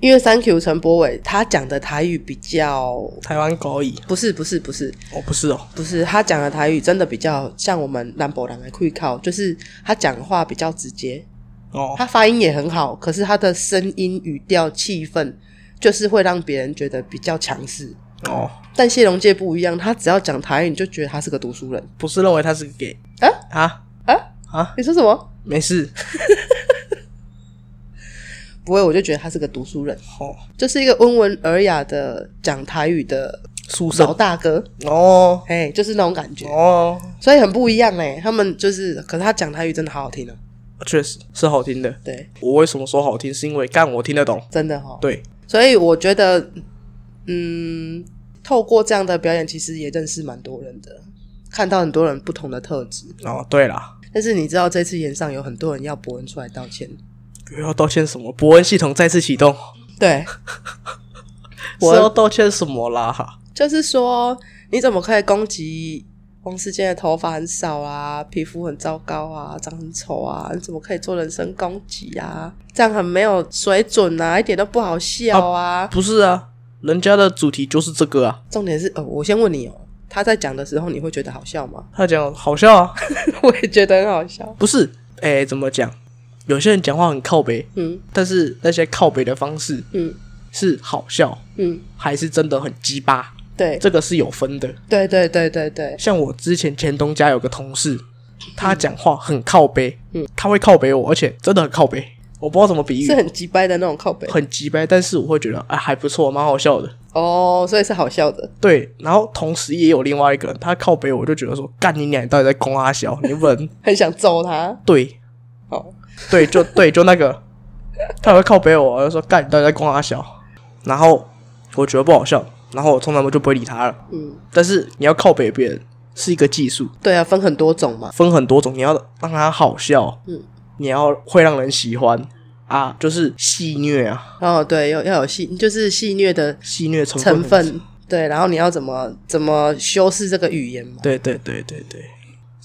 Speaker 1: 因为 Thank you 陈柏伟他讲的台语比较
Speaker 2: 台湾高语
Speaker 1: 不是不是不是
Speaker 2: 哦，不是哦，
Speaker 1: 不是，他讲的台语真的比较像我们南博人的会靠，就是他讲话比较直接，
Speaker 2: 哦
Speaker 1: 他发音也很好，可是他的声音、语调、气氛，就是会让别人觉得比较强势。
Speaker 2: 哦，
Speaker 1: 但谢龙介不一样，他只要讲台语，你就觉得他是个读书人
Speaker 2: 不是认为他是个 gay
Speaker 1: 啊
Speaker 2: 啊
Speaker 1: 啊！
Speaker 2: 啊，
Speaker 1: 你说什么？
Speaker 2: 没事
Speaker 1: 不会，我就觉得他是个读书人。
Speaker 2: 哦，
Speaker 1: 就是一个温文尔雅的讲台语的
Speaker 2: 宿
Speaker 1: 老
Speaker 2: 舍
Speaker 1: 大哥，
Speaker 2: 哦
Speaker 1: 哎，就是那种感觉，
Speaker 2: 哦
Speaker 1: 欸所以很不一样哎、他们就是，可是他讲台语真的好好听哦、
Speaker 2: 确实是好听的。
Speaker 1: 对，
Speaker 2: 我为什么说好听？是因为干我听得懂。
Speaker 1: 真的哈。
Speaker 2: 对，
Speaker 1: 所以我觉得，嗯，透过这样的表演，其实也认识蛮多人的，看到很多人不同的特质。
Speaker 2: 哦，对啦，
Speaker 1: 但是你知道，这次演上有很多人要伯恩出来道歉，
Speaker 2: 又要道歉什么？伯恩系统再次启动，
Speaker 1: 对，伯
Speaker 2: 我
Speaker 1: 恩
Speaker 2: 要道歉什么啦？
Speaker 1: 就是说你怎么可以攻击王世坚的头发很少啊，皮肤很糟糕啊，长很丑啊？你怎么可以做人身攻击啊？这样很没有水准啊，一点都不好笑啊！
Speaker 2: 不是啊，人家的主题就是这个啊。
Speaker 1: 重点是，呃，我先问你哦，他在讲的时候，你会觉得好笑吗？
Speaker 2: 他讲好笑啊，
Speaker 1: 我也觉得很好笑。
Speaker 2: 不是？哎，怎么讲？有些人讲话很靠北，
Speaker 1: 嗯
Speaker 2: 但是那些靠北的方式
Speaker 1: 嗯
Speaker 2: 是好笑，
Speaker 1: 嗯，
Speaker 2: 还是真的很鸡巴？
Speaker 1: 对
Speaker 2: 这个是有分的。
Speaker 1: 对对对对对，
Speaker 2: 像我之前前东家有个同事，他讲话很靠背，
Speaker 1: 嗯，
Speaker 2: 他会靠背我，而且真的很靠背，我不知道怎么比喻
Speaker 1: 是，很鸡掰的那种靠背
Speaker 2: 很急掰，但是我会觉得啊还不错，蛮好笑的。
Speaker 1: 哦，所以是好笑的。
Speaker 2: 对，然后同时也有另外一个人，他靠背我就觉得说，干你娘，你到底在攻阿小？你不 能
Speaker 1: 很想揍他，
Speaker 2: 对
Speaker 1: 好，
Speaker 2: 对就对就那个，他也会靠背我，我就说干你到底在攻阿小？然后我觉得不好笑，然后我通常我就不会理他了。
Speaker 1: 嗯，
Speaker 2: 但是你要靠背别人是一个技术，
Speaker 1: 对啊，分很多种嘛，
Speaker 2: 分很多种，你要让它好笑，
Speaker 1: 嗯，
Speaker 2: 你要会让人喜欢啊，就是戏虐啊，
Speaker 1: 哦，对，要要有戏，就是戏虐的
Speaker 2: 戏虐成分
Speaker 1: 成分，对，然后你要怎么怎么修饰这个语言嘛？
Speaker 2: 对对对对对，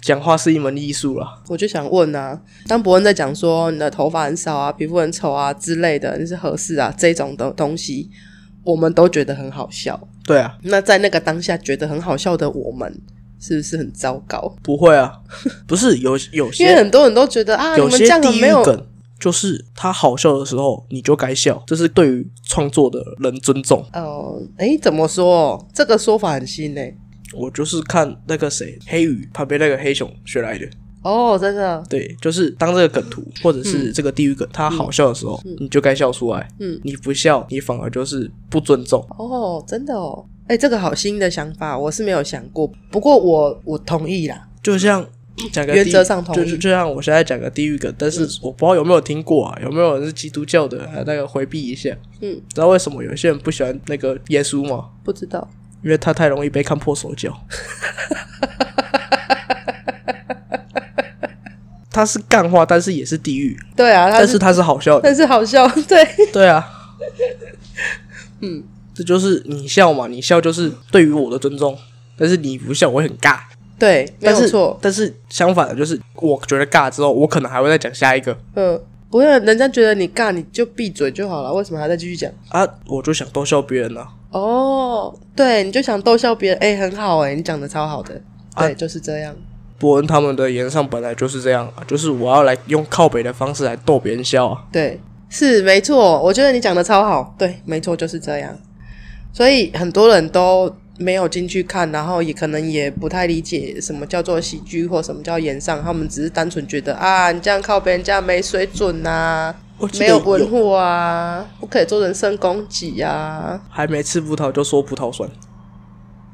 Speaker 2: 讲话是一门艺术啦，
Speaker 1: 我就想问啊，当伯恩在讲说你的头发很少啊、皮肤很丑啊之类的，你是合适啊这种的东西，我们都觉得很好笑。
Speaker 2: 对啊，
Speaker 1: 那在那个当下觉得很好笑的我们，是不是很糟糕？
Speaker 2: 不会啊， 不是有
Speaker 1: 因
Speaker 2: 有
Speaker 1: 为
Speaker 2: 些
Speaker 1: 很多人都觉得啊，你
Speaker 2: 有
Speaker 1: 们这
Speaker 2: 些
Speaker 1: 样很
Speaker 2: 地
Speaker 1: 没
Speaker 2: 狱
Speaker 1: 有
Speaker 2: 梗。就是他好笑的时候，你就该笑，这是对于创作的人尊重。
Speaker 1: 哦，哎，怎么说？这个说法很新呢、
Speaker 2: 我就是看那个谁黑羽旁边那个黑熊学来的，
Speaker 1: 哦，真的，
Speaker 2: 对，就是当这个梗图或者是这个地狱梗，它好笑的时候，你就该笑出来。
Speaker 1: 嗯，
Speaker 2: 你不笑，你反而就是不尊重。
Speaker 1: 哦，真的哦，哎，这个好新的想法，我是没有想过。不过我我同意啦，
Speaker 2: 就像讲个
Speaker 1: 嗯原
Speaker 2: 地
Speaker 1: 则上同意嗯
Speaker 2: 就是就像我现在讲个地狱梗，但是我不知道有没有听过啊，有没有人是基督教的？啊那个回避一下。
Speaker 1: 嗯，
Speaker 2: 知道为什么有些人不喜欢那个耶稣吗？
Speaker 1: 不知道，
Speaker 2: 因为他太容易被看破手脚。 他是干话，但是也是地狱，
Speaker 1: 对啊，他
Speaker 2: 但是他是好笑的。
Speaker 1: 但是好笑， 对，
Speaker 2: 对 啊，嗯，这就是你笑嘛，你笑就是对于我的尊重，但是你不笑我会很尬。
Speaker 1: 对，没
Speaker 2: 但
Speaker 1: 有
Speaker 2: 是
Speaker 1: 错，
Speaker 2: 但是相反的，就是我觉得尬之后，我可能还会再讲下一个
Speaker 1: 嗯，不会，人家觉得你尬，你就闭嘴就好了，为什么还在继续讲？
Speaker 2: 啊，我就想逗笑别人啊。
Speaker 1: 哦，对，你就想逗笑别人，哎、很好哎、你讲的超好的，
Speaker 2: 啊
Speaker 1: 对，就是这样，
Speaker 2: 伯恩他们的言上本来就是这样啊，就是我要来用靠北的方式来逗别人笑啊。
Speaker 1: 对，是没错，我觉得你讲的超好，对，没错，就是这样。所以很多人都没有进去看，然后也可能也不太理解什么叫做喜剧或什么叫演上，他们只是单纯觉得啊，你这样靠别人家没水准啊呐、
Speaker 2: 我记得
Speaker 1: 没有
Speaker 2: 有
Speaker 1: 文化啊，不可以做人身攻击啊。
Speaker 2: 还没吃葡萄就说葡萄酸，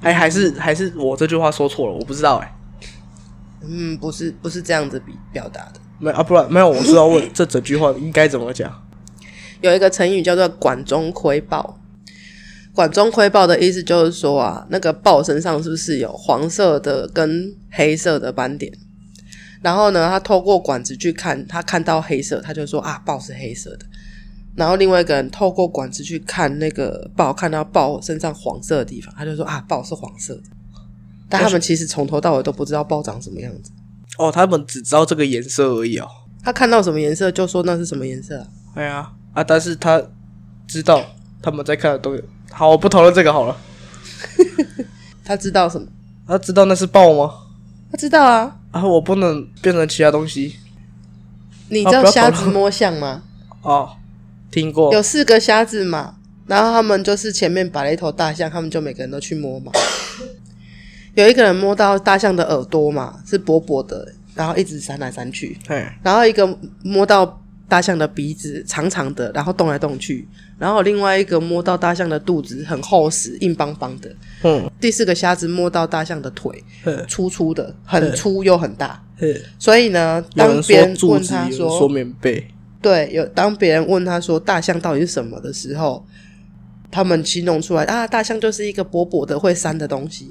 Speaker 2: 还还是还是我这句话说错了，我不知道哎、
Speaker 1: 嗯，不是不是这样子比表达的。
Speaker 2: 没啊，不然没有，我是要问这整句话应该怎么讲。
Speaker 1: 有一个成语叫做“管中窥豹”，管中窥豹的意思就是说啊，那个豹身上是不是有黄色的跟黑色的斑点？然后呢，他透过管子去看，他看到黑色，他就说啊，豹是黑色的。然后另外一个人透过管子去看那个豹，看到豹身上黄色的地方，他就说啊，豹是黄色的。但他们其实从头到尾都不知道豹长什么样子，
Speaker 2: 哦，他们只知道这个颜色而已哦。
Speaker 1: 他看到什么颜色就说那是什么颜色啊、
Speaker 2: 哎呀啊，但是他知道他们在看的东西。好，我不讨论这个好了。
Speaker 1: 他知道什么？
Speaker 2: 他知道那是豹吗？
Speaker 1: 他知道啊，
Speaker 2: 啊，我不能变成其他东西
Speaker 1: 你
Speaker 2: 啊
Speaker 1: 知道
Speaker 2: 不要
Speaker 1: 瞎
Speaker 2: 讨
Speaker 1: 子
Speaker 2: 论
Speaker 1: 摸象吗？
Speaker 2: 哦。听过
Speaker 1: 有四个瞎子嘛，然后他们就是前面摆了一头大象，他们就每个人都去摸 嘛。有一个人摸到大象的耳朵嘛，是薄薄的，然后一直扇来扇去；
Speaker 2: 哎，
Speaker 1: 然后一个摸到大象的鼻子长长的，然后动来动去，然后另外一个摸到大象的肚子很厚实，硬邦邦的，
Speaker 2: 嗯
Speaker 1: 第四个虾子摸到大象的腿，
Speaker 2: 嗯
Speaker 1: 粗粗的，很粗又很大。
Speaker 2: 嗯，
Speaker 1: 所以呢，
Speaker 2: 有
Speaker 1: 当
Speaker 2: 人
Speaker 1: 别
Speaker 2: 说
Speaker 1: 人
Speaker 2: 柱
Speaker 1: 问
Speaker 2: 子，有
Speaker 1: 他
Speaker 2: 人说棉被，
Speaker 1: 对，有当别人问他说大象到底是什么的时候，他们形容出来啊，大象就是一个薄薄的会扇的东西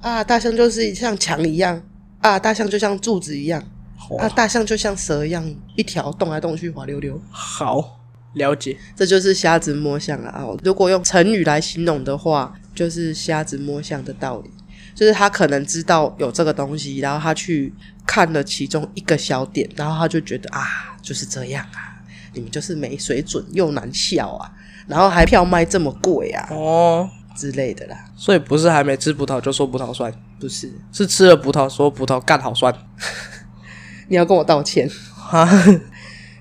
Speaker 1: 啊，大象就是像墙一样啊，大象就像柱子一样啊，
Speaker 2: 哇
Speaker 1: 大象就像蛇一样，一条动来动去滑溜溜。
Speaker 2: 好了解，
Speaker 1: 这就是瞎子摸象了啊！如果用成语来形容的话，就是瞎子摸象的道理，就是他可能知道有这个东西，然后他去看了其中一个小点，然后他就觉得啊，就是这样啊，你们就是没水准又难笑啊，然后还票卖这么贵啊
Speaker 2: 哦，
Speaker 1: 之类的啦，
Speaker 2: 所以不是还没吃葡萄就说葡萄酸，
Speaker 1: 不是？
Speaker 2: 是吃了葡萄说葡萄干好酸，
Speaker 1: 你要跟我道歉，
Speaker 2: 哈，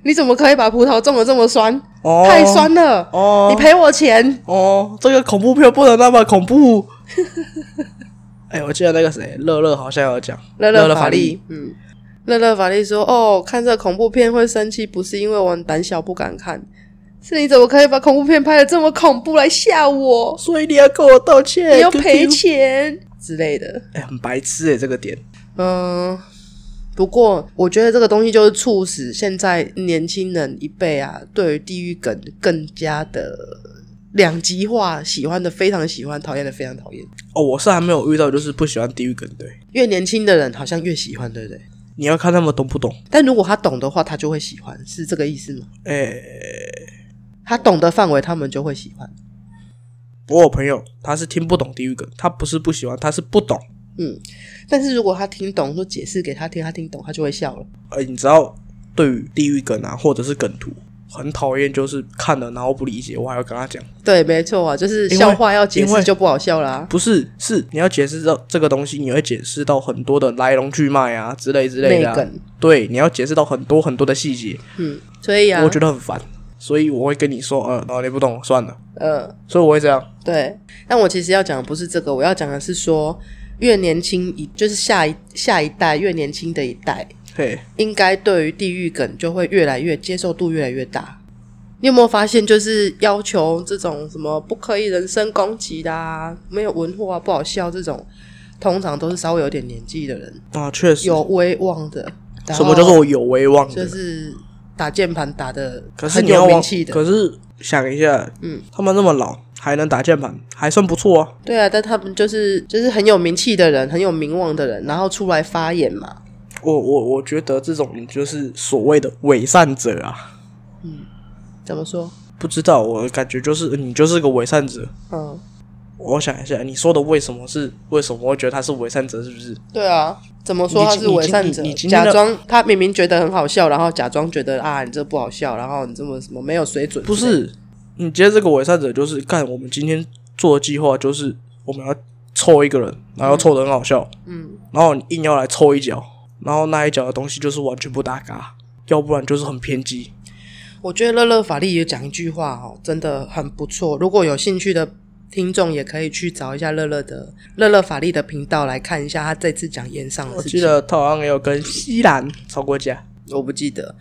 Speaker 1: 你怎么可以把葡萄种的这么酸？
Speaker 2: 哦，
Speaker 1: 太酸了，
Speaker 2: 哦，
Speaker 1: 你赔我钱！
Speaker 2: 哦，这个恐怖片不能那么 恐怖。哎，我记得那个谁，乐乐好像有讲，
Speaker 1: 乐
Speaker 2: 乐
Speaker 1: 乐
Speaker 2: 法
Speaker 1: 法力，嗯，乐乐法力说：“哦，看这恐怖片会生气，不是因为我很胆小不敢看，是你怎么可以把恐怖片拍的这么恐怖来吓我？
Speaker 2: 所以你要跟我道歉，
Speaker 1: 你要
Speaker 2: QQ
Speaker 1: 赔。钱之类的。
Speaker 2: 哎，很白痴哎，这个点。”
Speaker 1: 嗯，不过我觉得这个东西就是促使现在年轻人一辈啊，对于地狱梗更加的两极化，喜欢的非常喜欢，讨厌的非常讨厌。
Speaker 2: 哦，我是还没有遇到，就是不喜欢地狱梗对。
Speaker 1: 越年轻的人好像越喜欢，对不对？
Speaker 2: 你要看他们懂不懂。
Speaker 1: 但如果他懂的话，他就会喜欢，是这个意思吗？
Speaker 2: 哎，
Speaker 1: 他懂的范围，他们就会喜欢。
Speaker 2: 我有朋友，他是听不懂地狱梗，他不是不喜欢，他是不懂。
Speaker 1: 嗯，但是如果他听懂，说解释给他听，他听懂，他就会笑了。
Speaker 2: 呃，你知道，对于地狱梗啊，或者是梗图，很讨厌，就是看了然后不理解，我还要跟他讲。
Speaker 1: 对，没错啊，就是
Speaker 2: 因为
Speaker 1: 笑话要解
Speaker 2: 因为
Speaker 1: 释就不好笑啦、
Speaker 2: 不是，是你要解释到这个东西，你会解释到很多的来龙去脉啊，之类之类的、
Speaker 1: 内
Speaker 2: 啊。
Speaker 1: 梗，
Speaker 2: 对，你要解释到很多很多的细节，
Speaker 1: 嗯，所以啊，
Speaker 2: 我觉得很烦，所以我会跟你说，呃，哦，你不懂，算了。
Speaker 1: 呃，
Speaker 2: 所以我会这样，
Speaker 1: 对。但我其实要讲的不是这个，我要讲的是说，越年轻一，就是下一下一代越年轻的一代，
Speaker 2: 嘿，
Speaker 1: 应该对于地狱梗就会越来越接受度越来越大。你有没有发现，就是要求这种什么不可以人身攻击啦、没有文化、不好笑这种，通常都是稍微有点年纪的人，
Speaker 2: 啊，确实，
Speaker 1: 有威望的。然
Speaker 2: 什
Speaker 1: 后
Speaker 2: 么叫做有威望的？
Speaker 1: 就是打键盘打的
Speaker 2: 可是
Speaker 1: 很
Speaker 2: 你要
Speaker 1: 有名
Speaker 2: 往
Speaker 1: 气，的？
Speaker 2: 可是想一下，
Speaker 1: 嗯，
Speaker 2: 他们那么老还能打键盘，还算不错啊。
Speaker 1: 对啊，但他们就是就是很有名气的人，很有名望的人，然后出来发言嘛。
Speaker 2: 我我我觉得这种人就是所谓的伪善者啊，
Speaker 1: 怎么说？
Speaker 2: 不知道，我感觉就是你就是个伪善者。
Speaker 1: 嗯，
Speaker 2: 我想一下，你说的为什么是为什么我会觉得他是伪善者，是不是？
Speaker 1: 对啊，怎么说
Speaker 2: 你
Speaker 1: 他
Speaker 2: 今
Speaker 1: 是伪善者
Speaker 2: 你？今你今天
Speaker 1: 假
Speaker 2: 的
Speaker 1: 装他明明觉得很好笑，然后假装觉得啊你这不好笑，然后你这么什么没有水准。
Speaker 2: 不，是，你今天这个伪善者就是干，我们今天做的计划就是我们要凑一个人，然后凑的很好笑，
Speaker 1: 嗯，
Speaker 2: 然后你硬要来凑一脚，然后那一脚的东西就是完全不搭嘎，要不然就是很偏激。
Speaker 1: 我觉得乐乐法力也讲一句话哦，真的很不错。如果有兴趣的听众，也可以去找一下乐乐的乐乐法力的频道来看一下他这次讲演上的
Speaker 2: 我
Speaker 1: 事
Speaker 2: 记
Speaker 1: 情。
Speaker 2: 得他好像也有跟西兰吵过架，
Speaker 1: 我不记得。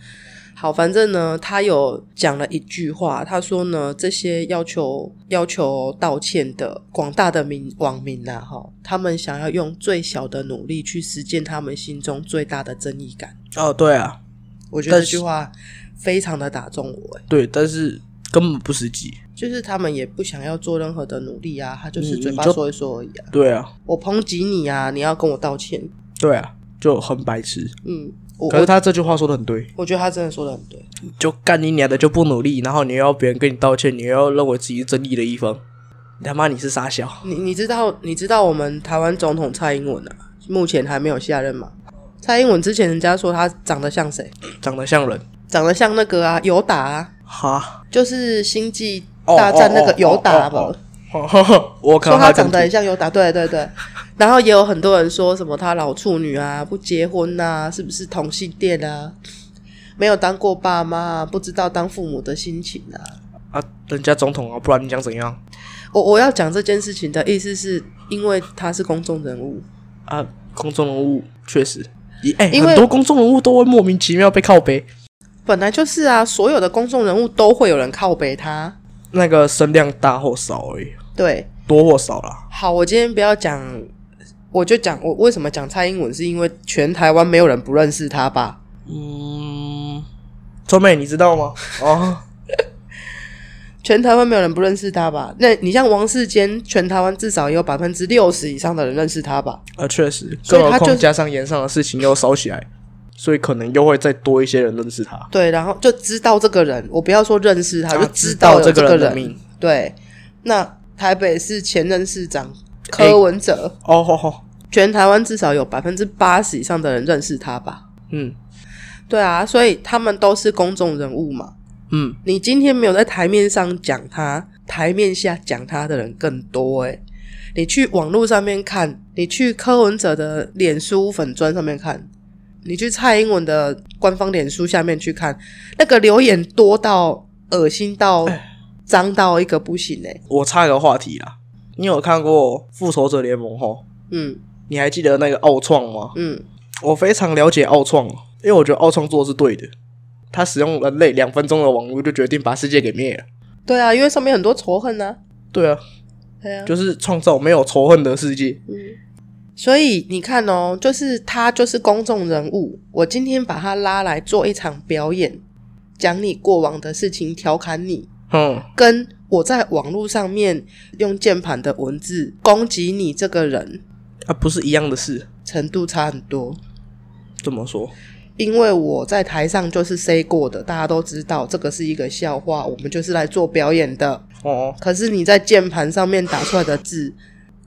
Speaker 1: 好，反正呢，他有讲了一句话，他说呢，这些要求要求道歉的广大的民网民呐、啊，哈，他们想要用最小的努力去实践他们心中最大的正义感。
Speaker 2: 哦，对啊，
Speaker 1: 我觉得
Speaker 2: 但
Speaker 1: 这
Speaker 2: 是
Speaker 1: 句话非常的打中我、欸，
Speaker 2: 对，但是根本不实际，
Speaker 1: 就是他们也不想要做任何的努力啊，他就是
Speaker 2: 你
Speaker 1: 嘴巴
Speaker 2: 你就
Speaker 1: 说一说而已啊。
Speaker 2: 对啊，
Speaker 1: 我抨击你啊，你要跟我道歉。
Speaker 2: 对啊，就很白痴。
Speaker 1: 嗯，我
Speaker 2: 可是
Speaker 1: 我
Speaker 2: 他这句话说的很对，
Speaker 1: 我觉得他真的说的很对。
Speaker 2: 就干你娘的就不努力，然后你又要别人跟你道歉，你又要认为自己是正义的一方，你他妈你是傻小。
Speaker 1: 你你知道你知道我们台湾总统蔡英文啊，目前还没有下任嘛？蔡英文之前人家说他长得像谁？
Speaker 2: 长得像人，
Speaker 1: 长得像那个啊，尤达、啊，
Speaker 2: 哈，
Speaker 1: 就是星际
Speaker 2: 哦
Speaker 1: 大战那个尤达吧。
Speaker 2: 哦哦哦哦 我看
Speaker 1: 说
Speaker 2: 到
Speaker 1: 他
Speaker 2: 他
Speaker 1: 长得
Speaker 2: 跟
Speaker 1: 很像尤达，对对对。然后也有很多人说什么他老处女啊，不结婚呐、是不是同性恋啊？没有当过爸妈、啊，不知道当父母的心情啊。
Speaker 2: 啊，人家总统啊，不然你想怎样
Speaker 1: 我我要讲这件事情的意思是因为他是公众人物，
Speaker 2: 啊？公众人物确实，也哎、
Speaker 1: 因为
Speaker 2: 很多公众人物都会莫名其妙被靠背，
Speaker 1: 本来就是啊，所有的公众人物都会有人靠北他。
Speaker 2: 那个声量大或少而已，
Speaker 1: 对，
Speaker 2: 多或少啦。
Speaker 1: 好，我今天不要讲，我就讲我为什么讲蔡英文，是因为全台湾没有人不认识他吧？
Speaker 2: 嗯，川妹你知道 吗？哦，
Speaker 1: 全台湾没有人不认识他吧？那你像王世坚，全台湾至少也有百分之六十以上的人认识他吧？
Speaker 2: 呃，确实，
Speaker 1: 所以
Speaker 2: 更何
Speaker 1: 他就
Speaker 2: 况加上盐上的事情又烧起来，所以可能又会再多一些人认识他，
Speaker 1: 对，然后就知道这个人，我不要说认识他，就
Speaker 2: 啊
Speaker 1: 知道有
Speaker 2: 这
Speaker 1: 这
Speaker 2: 人的
Speaker 1: 人。
Speaker 2: 命。
Speaker 1: 对，那台北市前任市长
Speaker 2: 哎
Speaker 1: 柯文哲，
Speaker 2: 哦吼吼，
Speaker 1: 全台湾至少有百分之八十以上的人认识他吧？
Speaker 2: 嗯
Speaker 1: 对啊，所以他们都是公众人物嘛。
Speaker 2: 嗯，
Speaker 1: 你今天没有在台面上讲他，台面下讲他的人更多诶、欸你去网络上面看，你去柯文哲的脸书粉砖上面看，你去蔡英文的官方脸书下面去看，那个留言多到恶心到脏到一个不行欸诶、
Speaker 2: 我插一个话题啦，你有看过《复仇者联盟》吼？
Speaker 1: 嗯
Speaker 2: 你还记得那个奥创吗？
Speaker 1: 嗯，
Speaker 2: 我非常了解奥创，因为我觉得奥创做的是对的。他使用人类两分钟的网络就决定把世界给灭了。
Speaker 1: 对啊，因为上面很多仇恨啊，
Speaker 2: 对啊，
Speaker 1: 对啊，
Speaker 2: 就是创造没有仇恨的世界。
Speaker 1: 嗯，所以你看哦，就是他就是公众人物，我今天把他拉来做一场表演，讲你过往的事情，调侃你，
Speaker 2: 嗯，
Speaker 1: 跟我在网络上面用键盘的文字攻击你这个人，
Speaker 2: 啊，不是一样的事。
Speaker 1: 程度差很多。
Speaker 2: 这么说？
Speaker 1: 因为我在台上就是 say 过的，大家都知道这个是一个笑话，我们就是来做表演的。
Speaker 2: 哦
Speaker 1: 可是你在键盘上面打出来的字，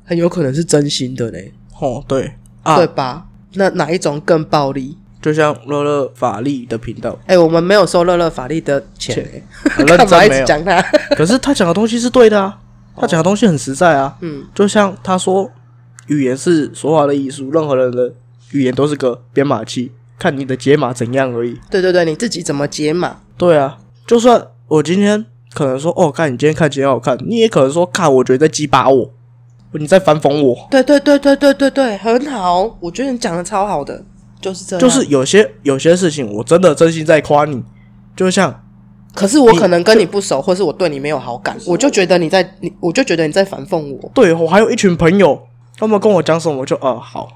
Speaker 1: 很有可能是真心的嘞，
Speaker 2: 哦，对啊
Speaker 1: 对，吧？那哪一种更暴力？
Speaker 2: 就像乐乐法力的频道，
Speaker 1: 哎、我们没有收乐乐法力的钱、欸，
Speaker 2: 很认
Speaker 1: 干嘛
Speaker 2: 真
Speaker 1: 一
Speaker 2: 没
Speaker 1: 直
Speaker 2: 有。
Speaker 1: 讲他？
Speaker 2: 可是他讲的东西是对的啊，他讲的东西很实在啊。
Speaker 1: 嗯，
Speaker 2: 就像他说，语言是说话的艺术，任何人的语言都是个编码器，看你的解码怎样而已。
Speaker 1: 对对对，你自己怎么解码？
Speaker 2: 对啊，就算我今天可能说，哦，看你今天看起来好看，你也可能说，看我觉得在鸡巴我，你在反讽我。
Speaker 1: 对对对对对对对，很好，我觉得你讲的超好的，就是这样。
Speaker 2: 就是，有些有些事情，我真的真心在夸你，就像
Speaker 1: 可是我可能跟你不熟，或是我对你没有好感，我就觉得你在，你我就觉得你在反讽我。
Speaker 2: 对我还有一群朋友，他们跟我讲什么，我就呃好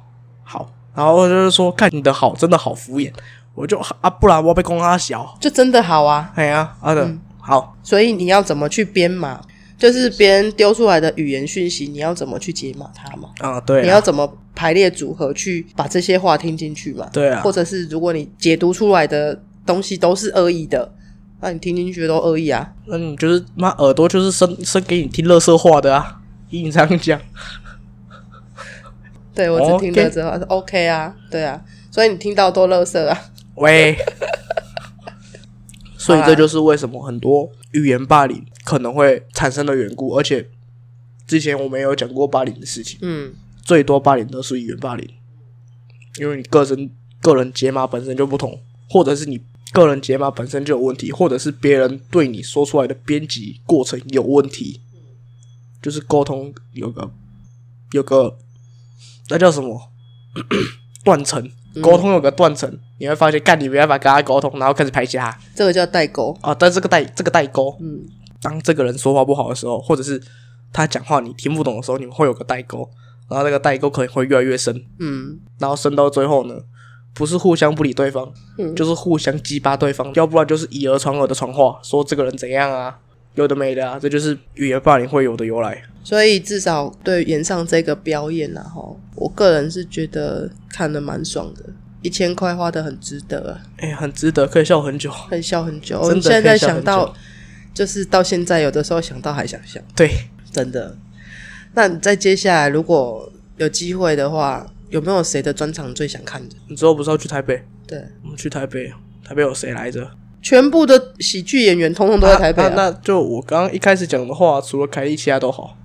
Speaker 2: 好，然后就是说看你的好真的好敷衍，我就啊不然我被公阿小，
Speaker 1: 就真的好啊。
Speaker 2: 哎呀啊的、好，
Speaker 1: 所以你要怎么去编码？就是别人丢出来的语言讯息，你要怎么去解码它嘛？
Speaker 2: 啊对
Speaker 1: 你
Speaker 2: 啊
Speaker 1: 要怎么排列组合去把这些话听进去嘛？
Speaker 2: 对啊
Speaker 1: 或者是如果你解读出来的东西都是恶意的，那你听进去都恶意啊。
Speaker 2: 那你就是妈耳朵就是生生给你听乐色话的啊，以你这样讲，
Speaker 1: 对我只听了
Speaker 2: 哦 OK
Speaker 1: 之后说 OK 啊，对啊，所以你听到都乐色啊。
Speaker 2: 喂，所以
Speaker 1: 好啦
Speaker 2: 这就是为什么很多语言霸凌可能会产生的缘故，而且之前我们也有讲过霸凌的事情。
Speaker 1: 嗯，
Speaker 2: 最多霸凌都是语言霸凌，因为你个人个人解码本身就不同，或者是你个人解码本身就有问题，或者是别人对你说出来的编辑过程有问题，就是沟通有个有个那叫什么 断层，沟通有个断层，你会发现干你没办法跟他沟通，然后开始排挤他
Speaker 1: 这个叫代沟。
Speaker 2: 啊，但这个代这个代沟，
Speaker 1: 嗯，
Speaker 2: 当这个人说话不好的时候，或者是他讲话你听不懂的时候，你们会有个代沟，然后那个代沟可能会越来越深，
Speaker 1: 嗯，
Speaker 2: 然后深到最后呢，不是互相不理对方，
Speaker 1: 嗯
Speaker 2: 就是互相激巴对方，要不然就是以讹传讹的传话，说这个人怎样啊，有的没的啊，这就是语言霸凌会有的由来。
Speaker 1: 所以至少对演上这个表演啊，哈，我个人是觉得看的蛮爽的，一千块花的很值得、啊，
Speaker 2: 哎，很值得，可以笑很久。
Speaker 1: 很笑很久。
Speaker 2: 真
Speaker 1: 我
Speaker 2: 的
Speaker 1: 们现在
Speaker 2: 可以笑
Speaker 1: 想
Speaker 2: 很
Speaker 1: 到
Speaker 2: 久，
Speaker 1: 就是到现在有的时候想到还想笑，
Speaker 2: 对，
Speaker 1: 真的。那你再接下来如果有机会的话，有没有谁的专场最想看的？
Speaker 2: 你之后不是要去台北？
Speaker 1: 对，
Speaker 2: 我们去台北，台北有谁来着？
Speaker 1: 全部的喜剧演员通通都在台北、啊
Speaker 2: 啊那那就我刚刚一开始讲的话，除了凯莉，其他都好。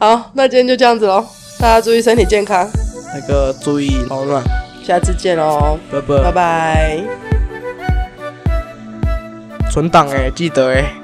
Speaker 1: 好，那今天就这样子喽，大家注意身体健康，
Speaker 2: 那个注意保暖，
Speaker 1: 下次见喽，
Speaker 2: 拜
Speaker 1: 拜
Speaker 2: 拜。
Speaker 1: 拜。
Speaker 2: 存档哎，记得哎、